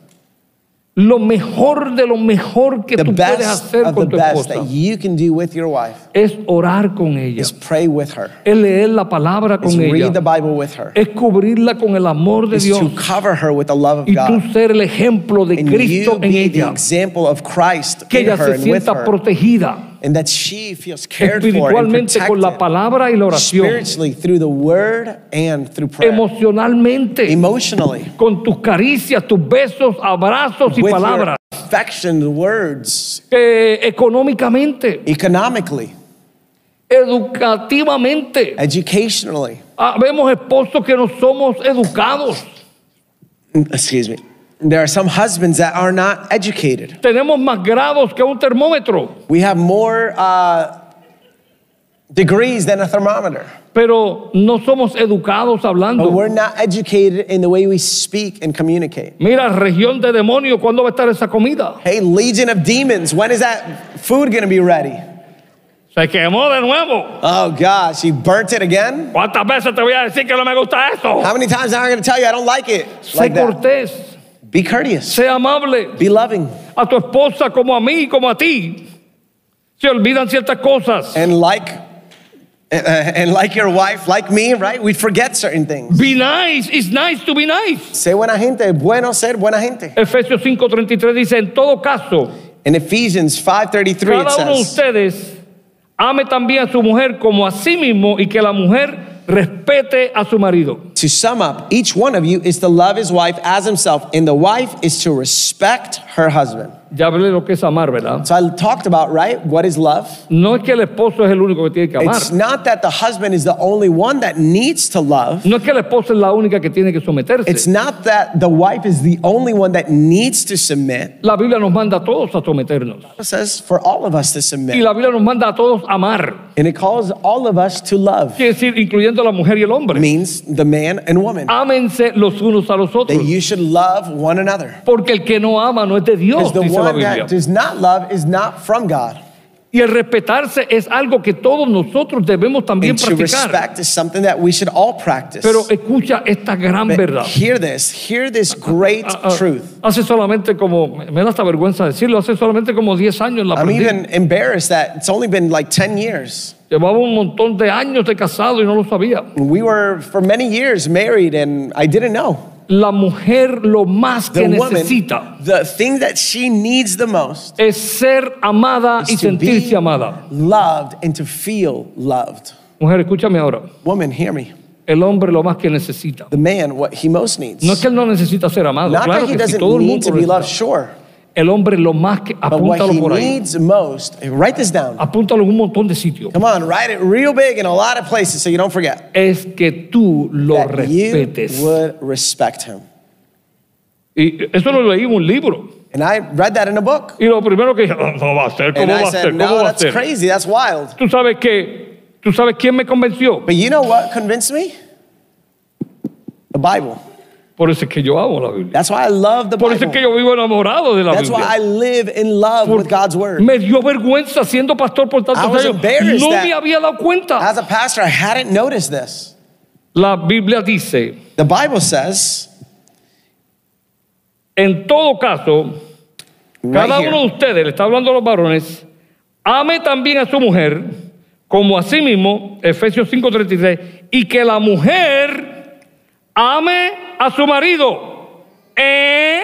Lo mejor de lo mejor que
The
tú puedes
best
hacer
of the
con tu
best
esposa
that you can do with your wife
es orar con ella,
is pray with her,
es leer la palabra con
is
ella,
read the Bible with her,
es cubrirla con el amor de
is
Dios
to cover her with the love
y
of
tú
God.
ser el ejemplo de
and you
Cristo en
be the
ella,
example of Christ
que
in
ella
her
se
and with
sienta
her,
protegida
and that she feels cared for and
espiritualmente con la
protected
palabra y la oración,
spiritually through the Word and through prayer,
emocionalmente
emotionally
con tus caricias, tus besos, abrazos y
with
palabras,
your affection, words,
eh, económicamente,
economically,
educativamente.
educationally.
Ah, vemos esposos que no somos educados.
Excuse me. There are some husbands that are not educated.
Tenemos más grados que un termómetro,
We have more uh, degrees than a thermometer,
pero no somos educados
but
hablando.
we're not educated in the way we speak and communicate.
Mira, región de demonios, ¿cuándo va a estar esa comida?
Hey, legion of demons, when is that food gonna be ready?
Se quemó de nuevo.
Oh gosh, you burnt it again?
¿Cuántas veces te voy a decir que no me gusta eso?
How many times am I gonna tell you I don't like it?
Sé
Like that.
cortés,
Be courteous,
sé amable
be loving,
a tu esposa como a mí, como a ti. Se olvidan ciertas cosas.
and like and- and like your wife, like me, right? We forget certain things.
Be nice, it's nice to be nice.
Say buena gente, es bueno ser buena gente.
Efesios 5:33 dice, en todo caso,
In Ephesians 5:33 it
Cada uno de
says,
ustedes ame también a su mujer como a sí mismo y que la mujer respete a su marido.
to sum up, each one of you is to love his wife as himself, and the wife is to respect her husband.
Ya hablé lo que es amar, ¿verdad?
So I talked about, right? What is love?
No es que el esposo es el único que tiene que amar.
It's not that the husband is the only one that needs to love.
No es que la esposa es la única que tiene que someterse.
It's not that the wife is the only one that needs to submit.
La Biblia nos manda a todos a someternos.
It says for all of us to
Y
submit.
la Biblia nos manda a todos a amar.
And it calls all of us to love.
Quiere decir, incluyendo la mujer y el hombre.
means the man and woman.
Ámense los unos a los
That
otros.
you should love one another.
Porque el que no ama no es de Dios,
Because the
Oh, dice la
one
Biblia.
that does not love is not from God.
Y el respetarse es algo que todos nosotros debemos también
And to
practicar.
respect is something that we should all practice.
Pero escucha esta gran verdad.
But hear this. Hear this great
Ah, ah,
truth.
Hace solamente como, me me da hasta vergüenza decirlo, hace solamente como 10 años la
I'm
aprendí.
even embarrassed that it's only been like 10 years.
Llevaba un montón de años de casado y no lo sabía.
We were for many years married and I didn't know.
La mujer lo más
the
que
woman,
necesita
the thing that she needs the most
es ser amada y
is to be
sentirse amada.
loved and to feel loved.
Mujer, escúchame ahora.
Woman, hear me.
El hombre lo más que necesita.
The man, what he most needs.
No es que él no necesita ser amado.
Not
claro
that he
que sí,
doesn't
todo el
need
mundo
to
lo
be loved,
necesita.
sure.
El hombre lo más que...
But what
Apúntalo
he
por ahí.
needs most, write this down.
Apúntalo en un montón de sitios.
Come on, write it real big in a lot of places so you don't forget.
Es que tú lo
That you
respetes.
would respect him.
Y eso lo leí en un libro.
And I read that in a book.
Y lo primero que dije, "Oh, no va a ser, ¿cómo
And
va
I
a ser?
said,
¿Cómo
no,
va a
that's
ser?
crazy. That's wild.
Tú sabes que, tú sabes quién me convenció.
But you know what convinced me? The Bible.
Por eso es que yo amo la Biblia.
That's why I love the
Por eso es que
Bible.
yo vivo enamorado de la
That's why
Biblia.
I live in love with God's word.
Me dio vergüenza siendo pastor por
I was
tantos años.
embarrassed
No
that-
me había dado cuenta.
As a pastor, I hadn't noticed this.
La Biblia dice
The Bible says
En todo caso,
Right
cada uno de
here.
ustedes, le está hablando a los varones, ame también a su mujer, como a sí mismo, Efesios 5:36, y que la mujer ame a su marido, eh,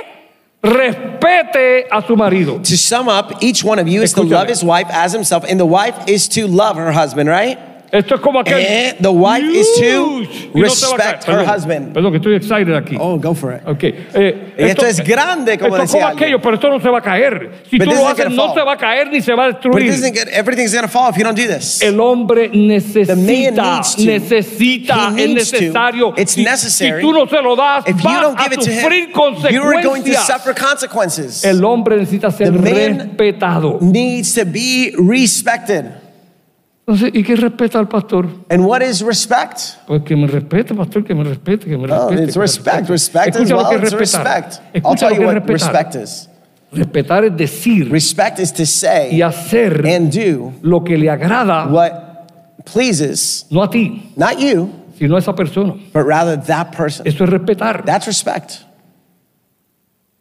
respete a su marido.
To sum up, each one of you is to
Escúchame.
love his wife as himself, and the wife is to love her husband, right?
Esto es como aquel.
Eh, the wife is to
Huge. Y no te va a caer.
respect her
Perdón,
husband.
Perdón, que estoy excited aquí.
Oh, go for it.
Ok, eh,
Esto es grande, como
esto es
decía
como
alguien.
aquello, pero esto no se va a caer. Si
But
tú
this
lo
isn't
haces,
gonna
no
fall.
se va a caer ni se va a
But it
destruir.
doesn't get, everything's gonna fall if you don't do this.
El hombre necesita,
The man needs to.
necesita,
He
es
needs to.
necesario.
It's
si,
necessary.
si tú no se lo das,
If you
vas
don't
a
give it to
sufrir
him, you're going to suffer
consecuencias.
consequences.
El hombre necesita ser
The man-
respetado.
Needs to be respected.
Entonces, ¿y qué respeta al pastor?
And what is respect?
Pues que me respete, pastor, que me respete, que me
Oh,
respete.
it's
que me
respect.
respete.
Respect as
Escucha lo
well.
que
It's
es respetar.
respect. I'll
Escucha
tell
lo
you
que es
what
respetar.
respect is.
Respetar es decir
Respect is to
y
say
hacer
and do
lo que le agrada,
what pleases
no a ti,
not you,
sino a esa persona.
but rather that person.
Eso es respetar.
That's respect.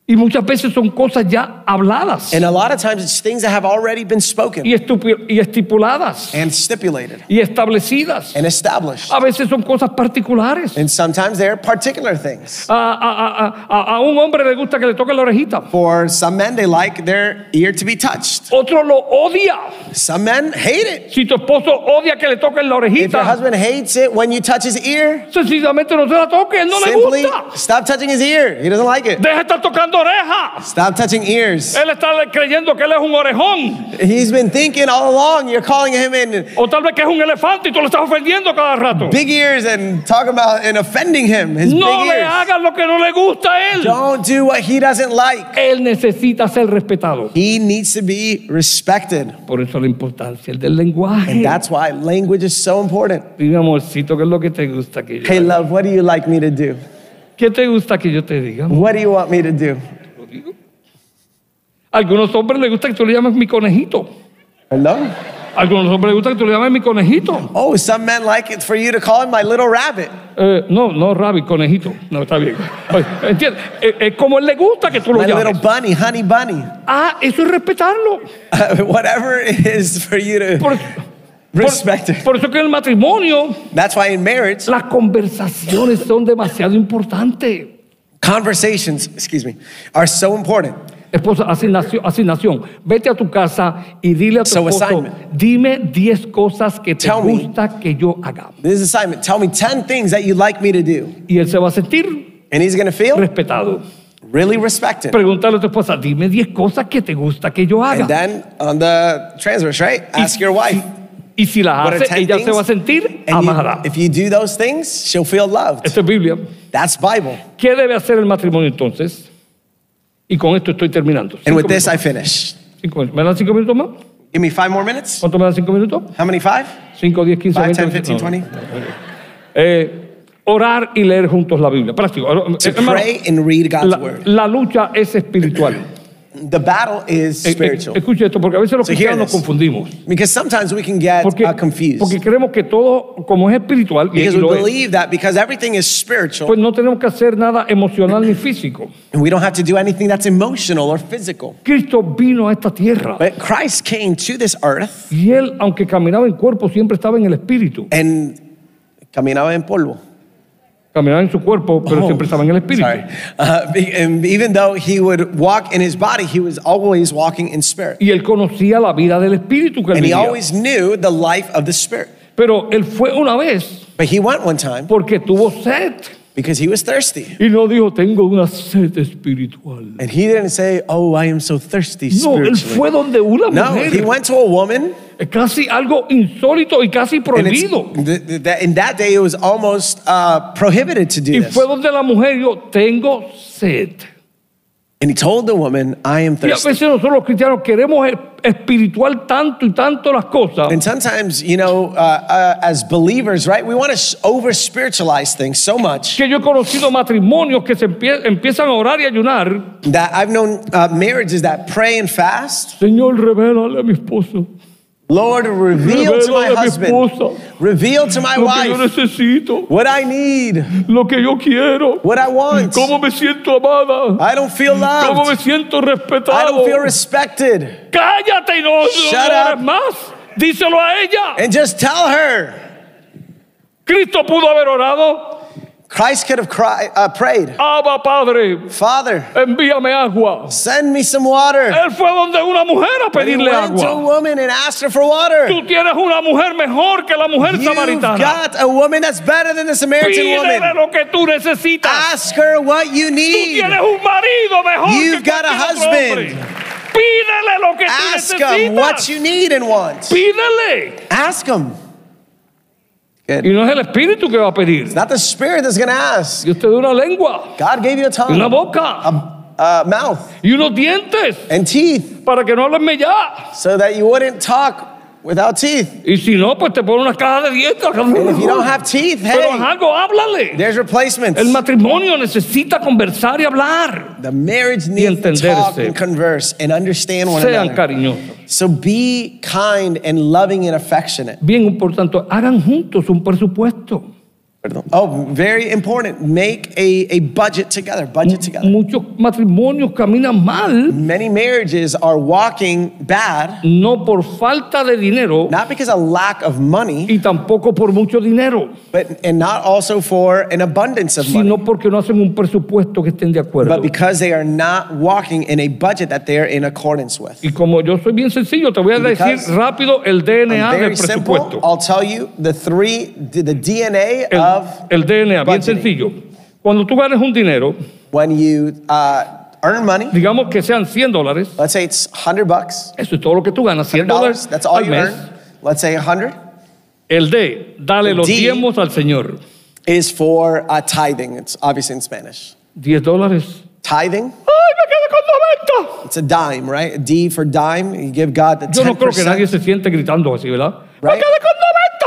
Y muchas veces son cosas ya habladas
And a lot of times it's things that have already been spoken
y, estupi- y estipuladas
and stipulated
y establecidas.
and established.
A veces son cosas particulares.
And sometimes they're particular things.
A, a- a- a- a un hombre le gusta que le toquen la orejita.
For some men, they like their ear to be touched.
Otro lo odia.
Some men hate it.
Si tu esposo odia que le toquen la
If your
orejita,
husband hates it when you touch his ear,
sencillamente no se la toque, él no le
simply
gusta.
stop touching his ear. He doesn't like it.
Deja de estar tocando orejas.
Stop touching ears.
Él está creyendo que él es un orejón.
He's been thinking all along you're calling him in
O tal vez que es un elefante y tú lo estás ofendiendo cada rato.
big ears and talking about and offending him. His
No
big
le
ears.
hagas lo que no le gusta a él.
Don't do what he doesn't like.
Él necesita ser respetado.
He needs to be respected.
Por eso la importancia del
And
lenguaje.
that's why language is so important.
Dime, amorcito, ¿qué es lo que te gusta que yo
Hey, love, what do you like me to do?
¿Qué te gusta que yo te diga? amor?
What do you want me to do?
Algunos hombres les gusta que tú le llames mi conejito.
Hello?
Algunos hombres les gusta que tú le llames mi conejito.
Oh, some men like it for you to call him my little rabbit.
Eh, no, no, Rabi, conejito. No, está bien. Oye, ¿Entiendes? Eh, Es como él le gusta que tú lo
My little
llames.
bunny, honey bunny.
Ah, eso es respetarlo.
Whatever it is for you to
Por,
respect
por,
it.
por eso que en el matrimonio
That's why in marriage,
Las conversaciones son demasiado importantes.
conversations, excuse me, are so important.
Esposa, asignación, asignación. Vete a tu casa y dile a tu
So
esposo,
assignment.
dime 10 cosas que te
Tell me.
gusta que yo haga.
This assignment, tell me 10 things that you'd like me to do.
Y él se va a sentir
And he's gonna feel
respetado.
really respected.
Pregúntale a tu esposa, dime 10 cosas que te gusta que yo
And
haga.
then on the transverse, right?
Y-
Ask your wife.
Y si la
What are
hace,
10
ella se
things?
va a sentir
And you-
amada.
if you do those things, she'll feel loved.
Esto es Biblia.
That's Bible.
¿Qué debe hacer el matrimonio entonces? Y con esto estoy terminando.
And
Cinco
with this,
minutos,
I finish.
cinco minutos. ¿Me dan 5 minutos más?
Give me five more minutes.
¿Cuánto me dan 5 minutos?
How many? Five?
5, 10, 15,
Five,
20,
10, 15,
20.
20?
Eh, orar y leer juntos la Biblia. Práctico.
To
Hermano,
pray and read God's
la,
word.
la lucha es espiritual.
The battle is
Eh, eh,
spiritual.
escuche esto, porque a veces los
So hear
cristianos nos
this.
confundimos.
Because sometimes we can get
Porque,
uh, confused.
porque creemos que todo, como es espiritual, y,
Because we
y lo es,
believe that because everything is spiritual,
pues no tenemos que hacer nada emocional ni físico.
and we don't have to do anything that's emotional or physical.
Cristo vino a esta tierra
But Christ came to this earth
y él, aunque caminaba en cuerpo, siempre estaba en el espíritu.
and caminaba en polvo.
Caminaba en su cuerpo, pero
Oh,
siempre estaba en el espíritu.
Sorry. Uh, be- and even though he would walk in his body, he was always walking in spirit.
Y él conocía la vida del espíritu que
And
él
he
vivía.
always knew the life of the spirit.
Pero él fue una vez
But he went one time
porque tuvo sed.
because he was thirsty.
Y no dijo, tengo una sed espiritual.
And he didn't say, Oh, I am so thirsty
No, él
spiritually.
fue donde una
No,
mujer.
he went to a woman,
Es casi algo insólito y casi
and it's,
prohibido.
th- th- that- in that day it was almost uh, prohibited to
Y
do this.
fue donde la mujer dijo, tengo sed.
And he told the woman, I am
Y a
thirsty.
veces nosotros los cristianos queremos es- espiritual tanto y tanto las cosas
And sometimes, you know, uh, uh, as believers, right, we want to over spiritualize things so much
que yo he conocido matrimonios que se empie- empiezan a orar y ayunar.
that I've known uh, marriages that pray and fast.
Señor, revélale a mi esposo
Lord, reveal to my
Revélale a mi
husband,
esposa.
reveal to my
Lo que yo
wife
necesito,
what I need,
lo que yo quiero,
what I want.
cómo me siento amada,
I don't feel
cómo me
loved.
siento
I
respetado.
don't feel respected.
Cállate y no no
Shut
llores
up. Eh.
más. Díselo a ella.
And just tell her.
Cristo pudo haber orado.
Christ could have cried, uh, prayed,
Abba, Padre,
Father,
envíame agua.
send me some water.
Él fue donde una mujer a
And he
Eh, pedirle
went to a
agua.
woman and asked her for water.
Tú tienes una mujer mejor que la mujer
You've
samaritana.
got a woman that's better than the Samaritan
Pídele
woman.
lo que tú necesitas.
Ask her what you
Tú
need.
tienes un marido mejor
You've
que
got a
cualquier otro
husband.
hombre. Pídele lo que
Ask
tú
him what
necesitas.
you need and want.
Pídele.
Ask him.
Y no es el espíritu que va a pedir.
It's not the spirit that's going to ask.
Dios te dio una lengua,
God gave you a
y una
tongue,
boca
uh, mouth,
y unos dientes
and teeth
para que no hablenme ya.
so that you wouldn't talk without teeth.
Y si no, pues te pone una caja de dientes.
And if you don't have teeth,
Pero haz
hey,
algo, háblale.
there's replacements.
El matrimonio necesita conversar y hablar.
The marriage needs to talk
entenderse.
and converse and understand one
Sean
another.
cariñosos.
So be kind and loving and affectionate.
Bien, por tanto, hagan juntos un presupuesto.
Perdón. Oh, very important. Make a, a budget together. Budget together.
Muchos matrimonios caminan mal,
Many marriages are walking bad,
no por falta de dinero
not because of lack of money,
y tampoco por mucho dinero,
but and not also for an abundance of money,
sino porque no hacen un presupuesto que estén de acuerdo.
but because they are not walking in a budget that they're in accordance with.
Y como yo soy bien sencillo, te voy a decir
Because
rápido el DNA
I'm
del
very
presupuesto.
simple. I'll tell you the three, the, the DNA of
El, el DNA, bien
budgeting.
sencillo. Cuando tú ganes un dinero,
when you uh, earn money.
digamos que sean 100 dólares,
Let's say it's hundred bucks,
eso es todo lo que tú ganas, 100
dollars.
dólares
That's all
al
you
mes.
earn. Let's say hundred.
El D, dale
El
los
D.
diezmos al Señor.
is for uh, tithing. It's obviously in Spanish.
10 dólares.
Tithing,
¡Ay, me quedé con 90!
it's a dime, right? A D for dime. You give God the
Yo no creo que
10%,
nadie se siente gritando así, ¿verdad? ¡Me
Right.
quedé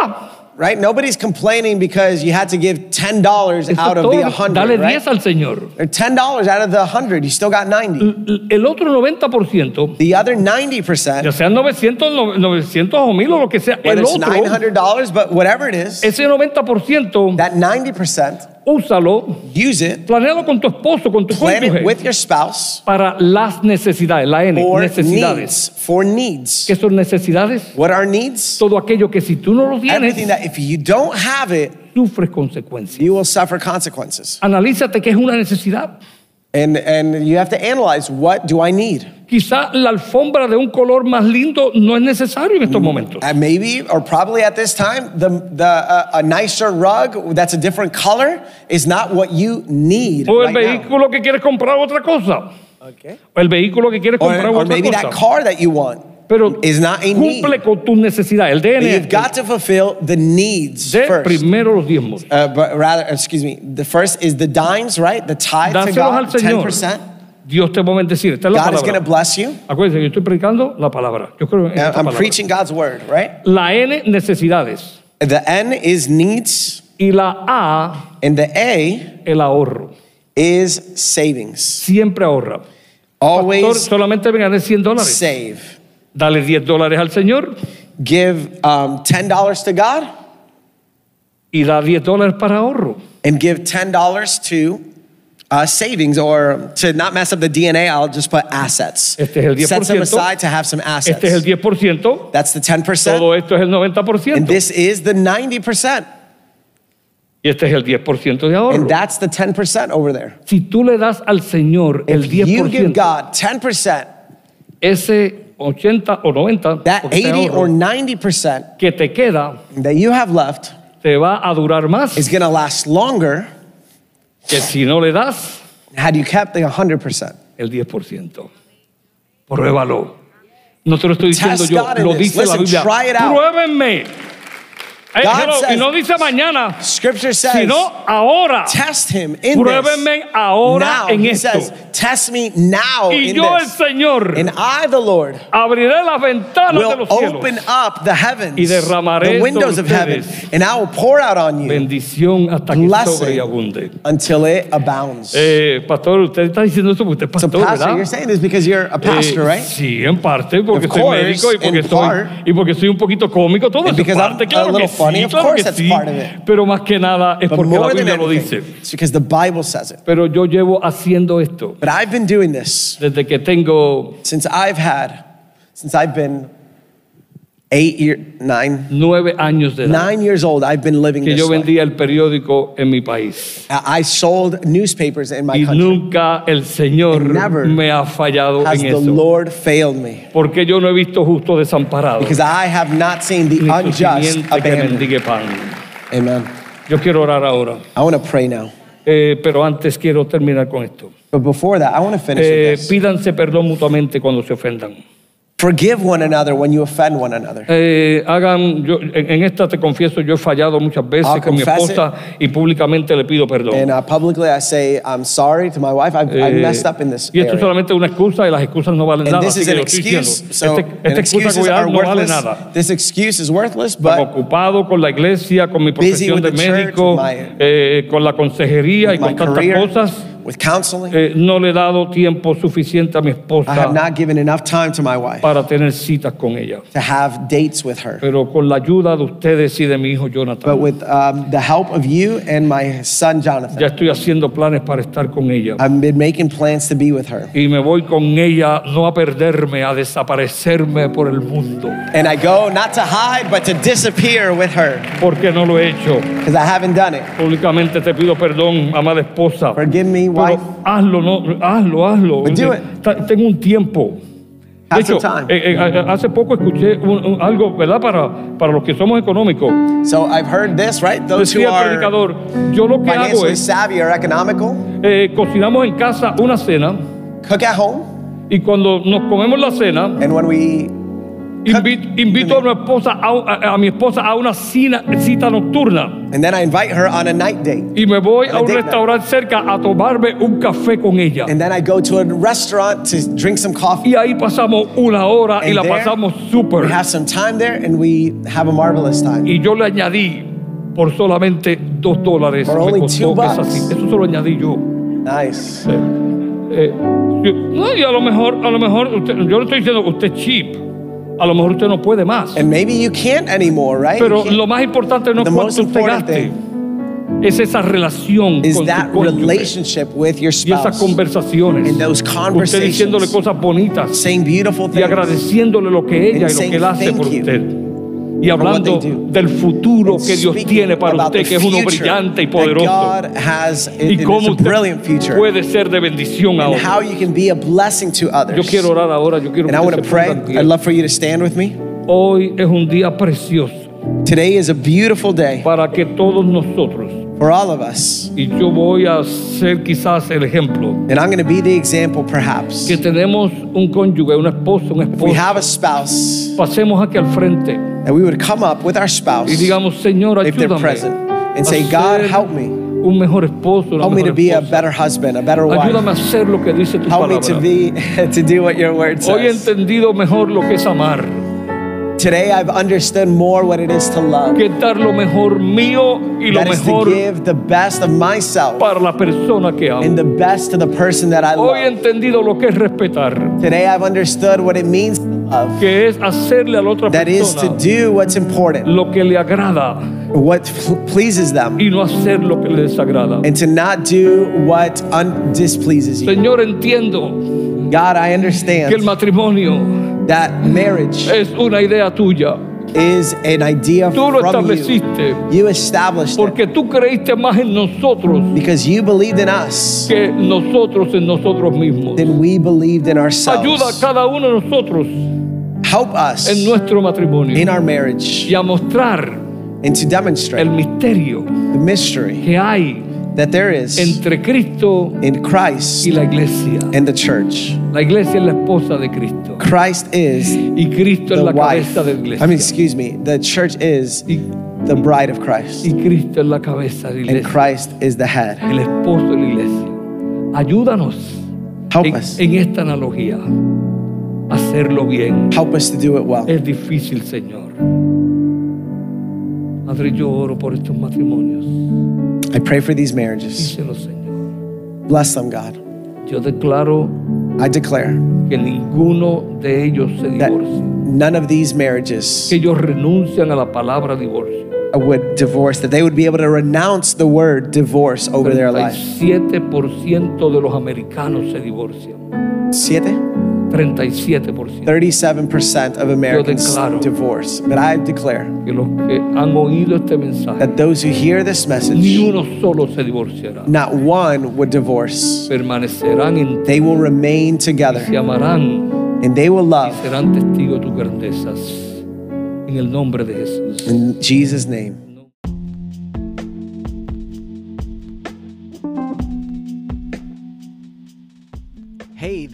con 90!
right? Nobody's complaining because you had to give $10
Eso
out
es
of the
todo.
100,
Dale 10
right?
al Señor.
Or $10 out of the 100, you still got 90.
El el otro 90%,
The other
ya
90%,
sean 900, no- 900 o 1000 o lo que sea,
whether
el
it's
otro,
$900, but whatever it is,
ese 90%,
that 90%,
úsalo,
use it,
planealo con tu esposo, con tu
plan it with
cónyuge,
your spouse
para las necesidades, la N,
for
necesidades.
needs. For needs.
¿Qué son necesidades?
What are needs?
Todo aquello que si tú no lo
Everything
tienes,
that if you don't have it,
sufres consecuencias.
you will suffer consequences.
Analízate qué es una necesidad.
And and you have to analyze what do I need?
Quizá la alfombra de un color más lindo no es necesario en
Mm.
estos momentos.
And Uh, maybe or probably at this time the the uh, a nicer rug that's a different color is not what you need
O
right
el
now.
vehículo que quieres comprar otra cosa.
Okay.
O el vehículo que quieres
Or,
comprar
or
otra
maybe that
cosa.
car that you want.
Pero
is not a need.
cumple con tus necesidades. El
But you've
DNA
got to fulfill the needs
de
first.
primero los diezmos.
Uh, but rather, excuse me. The first is the dimes, right? The tithe to
Dáselos al
God, ten
Señor.
percent.
Dios te va a bendecir. Esta es la
God is going to
palabra.
bless you.
Acuérdense, yo estoy predicando la palabra. Yo creo en esta
I'm
palabra.
preaching God's word, right?
La N, necesidades.
The N is needs,
Y la A,
and the A
el ahorro.
is savings.
Siempre ahorra. Sol-
Always
Solamente me gané 100 dólares.
save.
Dale 10 dólares al Señor
Give um, $10 to God
y da 10 dólares para ahorro.
and give $10 to uh, savings or to not mess up the DNA, I'll just put assets.
Este es el 10%.
Set some aside to have some assets.
Este es el 10%,
That's the 10%.
todo esto es el 90%,
And this is the 90%.
y este es el 10% de ahorro.
And that's the 10% over there.
si tú le das al Señor el
You give
10%,
God 10%,
ese 80 o 90
that
porque este
80
ahorro
or 90%
que te queda,
that you have left
te va a durar más
is going to last longer
que si no le das
had you kept the 100%.
el 10%. Pruébalo. No te lo estoy diciendo
Test
yo,
God in
lo
this.
dice la
Listen,
Biblia.
try it out.
Pruébenme. Eh,
God
hello, y
says-
no dice mañana,
Scripture says,
sino ahora.
test him in this.
Pruébenme ahora
Now,
en
he
esto.
says, test me now
y
in
yo, el
this.
Señor,
And I, the Lord,
abriré las ventanas de
will
los
open
cielos.
up the heavens,
Y derramaré
the windows
sobre
of heaven,
ustedes.
and I will pour out on you
Bendición hasta que
Blessing.
sobreabunde.
until it abounds.
Eh, pastor, usted está diciendo esto porque usted es
so,
pastor,
pastor,
¿verdad?
you're saying this because you're a pastor,
Eh,
right?
Sí, en parte, porque
Of
soy
course,
médico y porque,
in
soy,
part.
y porque soy un poquito cómico. Todo
And
eso es
because I'm
parte,
a
claro que
little funny,
sí,
of
claro que
course that's
sí.
part of it.
Pero más que nada es
But
porque la
more than
Biblia lo
anything,
dice.
it's because the Bible says it.
Pero yo llevo haciendo esto
But I've been doing this
desde que tengo
since I've had, since I've been eight year, nine,
nueve años de edad.
nine years old. I've been living
que
this.
yo
life.
vendía el periódico en mi país.
I I sold newspapers in my
Y
country.
nunca el Señor
And never
me ha fallado
Has
en
the
eso.
Lord failed me?
Porque yo no he visto justo desamparado.
Because I have not seen the
ni su
unjust
simiente que
abandoned.
mendigue pan.
Amen.
Yo quiero orar ahora,
I want to pray now.
Eh, pero antes quiero terminar con esto.
But before that, I want to finish
Eh,
with this.
pídanse perdón mutuamente cuando se ofendan.
Forgive one another when you offend one another.
Eh, hagan, yo, en, en esta te confieso, yo he fallado muchas veces
I'll
con mi
confess
esposa y públicamente le pido
And
perdón.
uh, publicly, I say, I'm sorry to my wife. I, I
Eh,
messed up in this
y esto es
area.
solamente una excusa y las excusas no valen
And
nada.
this
así
is
que
an
lo estoy
excuse.
diciendo.
So,
Este-
and
esta excusa que
excuses
voy a dar
are
no vale
worthless.
nada.
This excuse is worthless,
Estaba
but
ocupado con la iglesia, con mi
Busy
profesión
with
de
the church,
médico,
my-
eh, con la consejería y
my
con tantas
career,
cosas.
with counseling,
Eh, no le he dado tiempo suficiente a
I
mi
have
esposa
not given enough time to my wife
para tener citas con ella.
to have dates with her.
Pero con la ayuda de ustedes y de mi hijo
But
Jonathan,
with um, the help of you and my son, Jonathan,
ya estoy haciendo planes para estar con ella.
I've been making plans to be with her.
Y me voy con ella no a perderme, a desaparecerme por el mundo,
And I go not to hide, but to disappear with her
porque no lo he hecho.
because I haven't done it.
Públicamente te pido perdón, amada esposa.
Forgive me, wife.
Pero hazlo, no, hazlo, hazlo.
But do it.
Ta- Tengo un tiempo. De
Have
hecho,
some time.
eh, eh, a- a- hace poco escuché un- un- algo, ¿verdad? Para, para los que somos económicos.
So I've heard this, right? Those who
Decía el
are
predicador, yo lo que hago
financially
es,
savvy or economical,
eh, cocinamos en casa una cena
cook at home.
y cuando nos comemos la cena,
And when we
invi- invito a, mi esposa a, un- a- a mi esposa a una cina- cita nocturna
And then I invite her on a night date.
y me voy
And a
a un
date night.
restaurante cerca a tomarme un café con ella.
And then I go to a restaurant to drink some coffee.
Y ahí pasamos una hora y
And
la
there
pasamos súper.
We have some time there and we have a marvelous time.
y yo le añadí por solamente dos dólares.
For
Me
only
costó
two bucks.
esa cita. Eso se lo añadí yo.
Nice.
Eh, yo- no, y a lo mejor, a lo mejor, usted- yo le estoy diciendo, usted es cheap. A lo mejor usted no puede más.
And maybe you can't anymore, right? You
Pero
can't.
lo más importante no es
The most
cuánto usted
important
gaste. Es esa relación
Is
con
that
su cónyuge.
relationship with your
Y esas
spouse?
conversaciones.
And those
Usted diciéndole
conversations.
cosas bonitas.
Saying beautiful
y
things.
agradeciéndole lo que ella
And
y lo
saying
que él hace
thank
por
you
usted. Y
for what they
hablando
do.
del futuro
And
que Dios
speaking
tiene para
about
usted,
the
que es uno
future
brillante y
that
poderoso.
God has it,
Y
it is
cómo
a
usted
brilliant future.
puede ser de bendición
And
ahora.
how you can be a blessing to
Yo
others.
quiero orar ahora, yo quiero
And I
que
want
usted
to
se
pray.
ponga en pie.
I'd love for you to stand with me.
Hoy es un día precioso
Today is a beautiful day
para que todos nosotros,
for all of us.
y yo voy a ser quizás el ejemplo,
And I'm going to be the example, perhaps.
que
If
tenemos un cónyuge, una esposa, un
we
esposo,
have a spouse,
pasemos aquí al frente
that we would come up with our spouse,
y digamos, Señor,
if they're
ayúdame
present, and say,
a
God,
ser
help me.
un mejor esposo, una
Help me to
mejor
be a
esposa.
better husband, a better
Ayúdame a
wife.
hacer lo que dice tu
Help me
palabra.
to be to do what your word
Hoy he
says.
entendido mejor lo que es amar,
Today I've understood more what it is to love.
que es dar lo mejor mío y lo
That is to
mejor
give the best of myself
para la persona que amo.
and the best to the person that I
Hoy he
love.
entendido lo que es respetar,
Today I've understood what it means to love.
que es hacerle a la otra
That is
persona
to do what's important,
lo que le agrada
what f- pleases them,
y no hacer lo que le desagrada.
and to not do what un- displeases you.
Señor, entiendo
God, I
que el
understand
matrimonio
that marriage
es una idea tuya.
is an idea
Tú lo
from you.
estableciste
You established it
porque tú creíste más en nosotros
because you believed in us
que nosotros en nosotros mismos.
than we believed in
Ayuda a
ourselves.
cada uno de nosotros
Help us
en nuestro
in
matrimonio
our marriage
y a mostrar
and to
el
demonstrate
misterio
the mystery
que hay
that there is
entre Cristo
in Christ
y la iglesia.
and the church.
La iglesia es la esposa de Cristo
Christ is
y Cristo es
the
la
wife.
cabeza de la
I mean,
iglesia.
excuse me. The church is
Y
the bride of Christ.
Y Cristo es la cabeza de la
And
iglesia,
Christ is the head.
el esposo de la iglesia. Ayúdanos
Help
en,
us.
en esta analogía a hacerlo bien.
Help us to do it well.
Es difícil, Señor. Padre, yo oro por estos matrimonios.
I pray for these marriages.
Díselo, Señor.
Bless them, God.
Yo declaro
I declare
que ninguno de ellos se
that
divorcie.
none of these marriages
Que ellos renuncian a la palabra divorcio.
would divorce, that they would be able to renounce the word divorce over their life.
37% de los americanos se divorcian.
Siete?
37%.
37% of Americans
declaro.
divorce. But I declare
Que los que han oído este mensaje,
that those who hear this
ni
message,
uno solo se divorciará.
not one would divorce.
Permanecerán en ti,
They will remain together
se amarán
and they will
y
love.
serán testigos de tus grandezas. En el nombre de Jesús.
In Jesus' name.
Hey,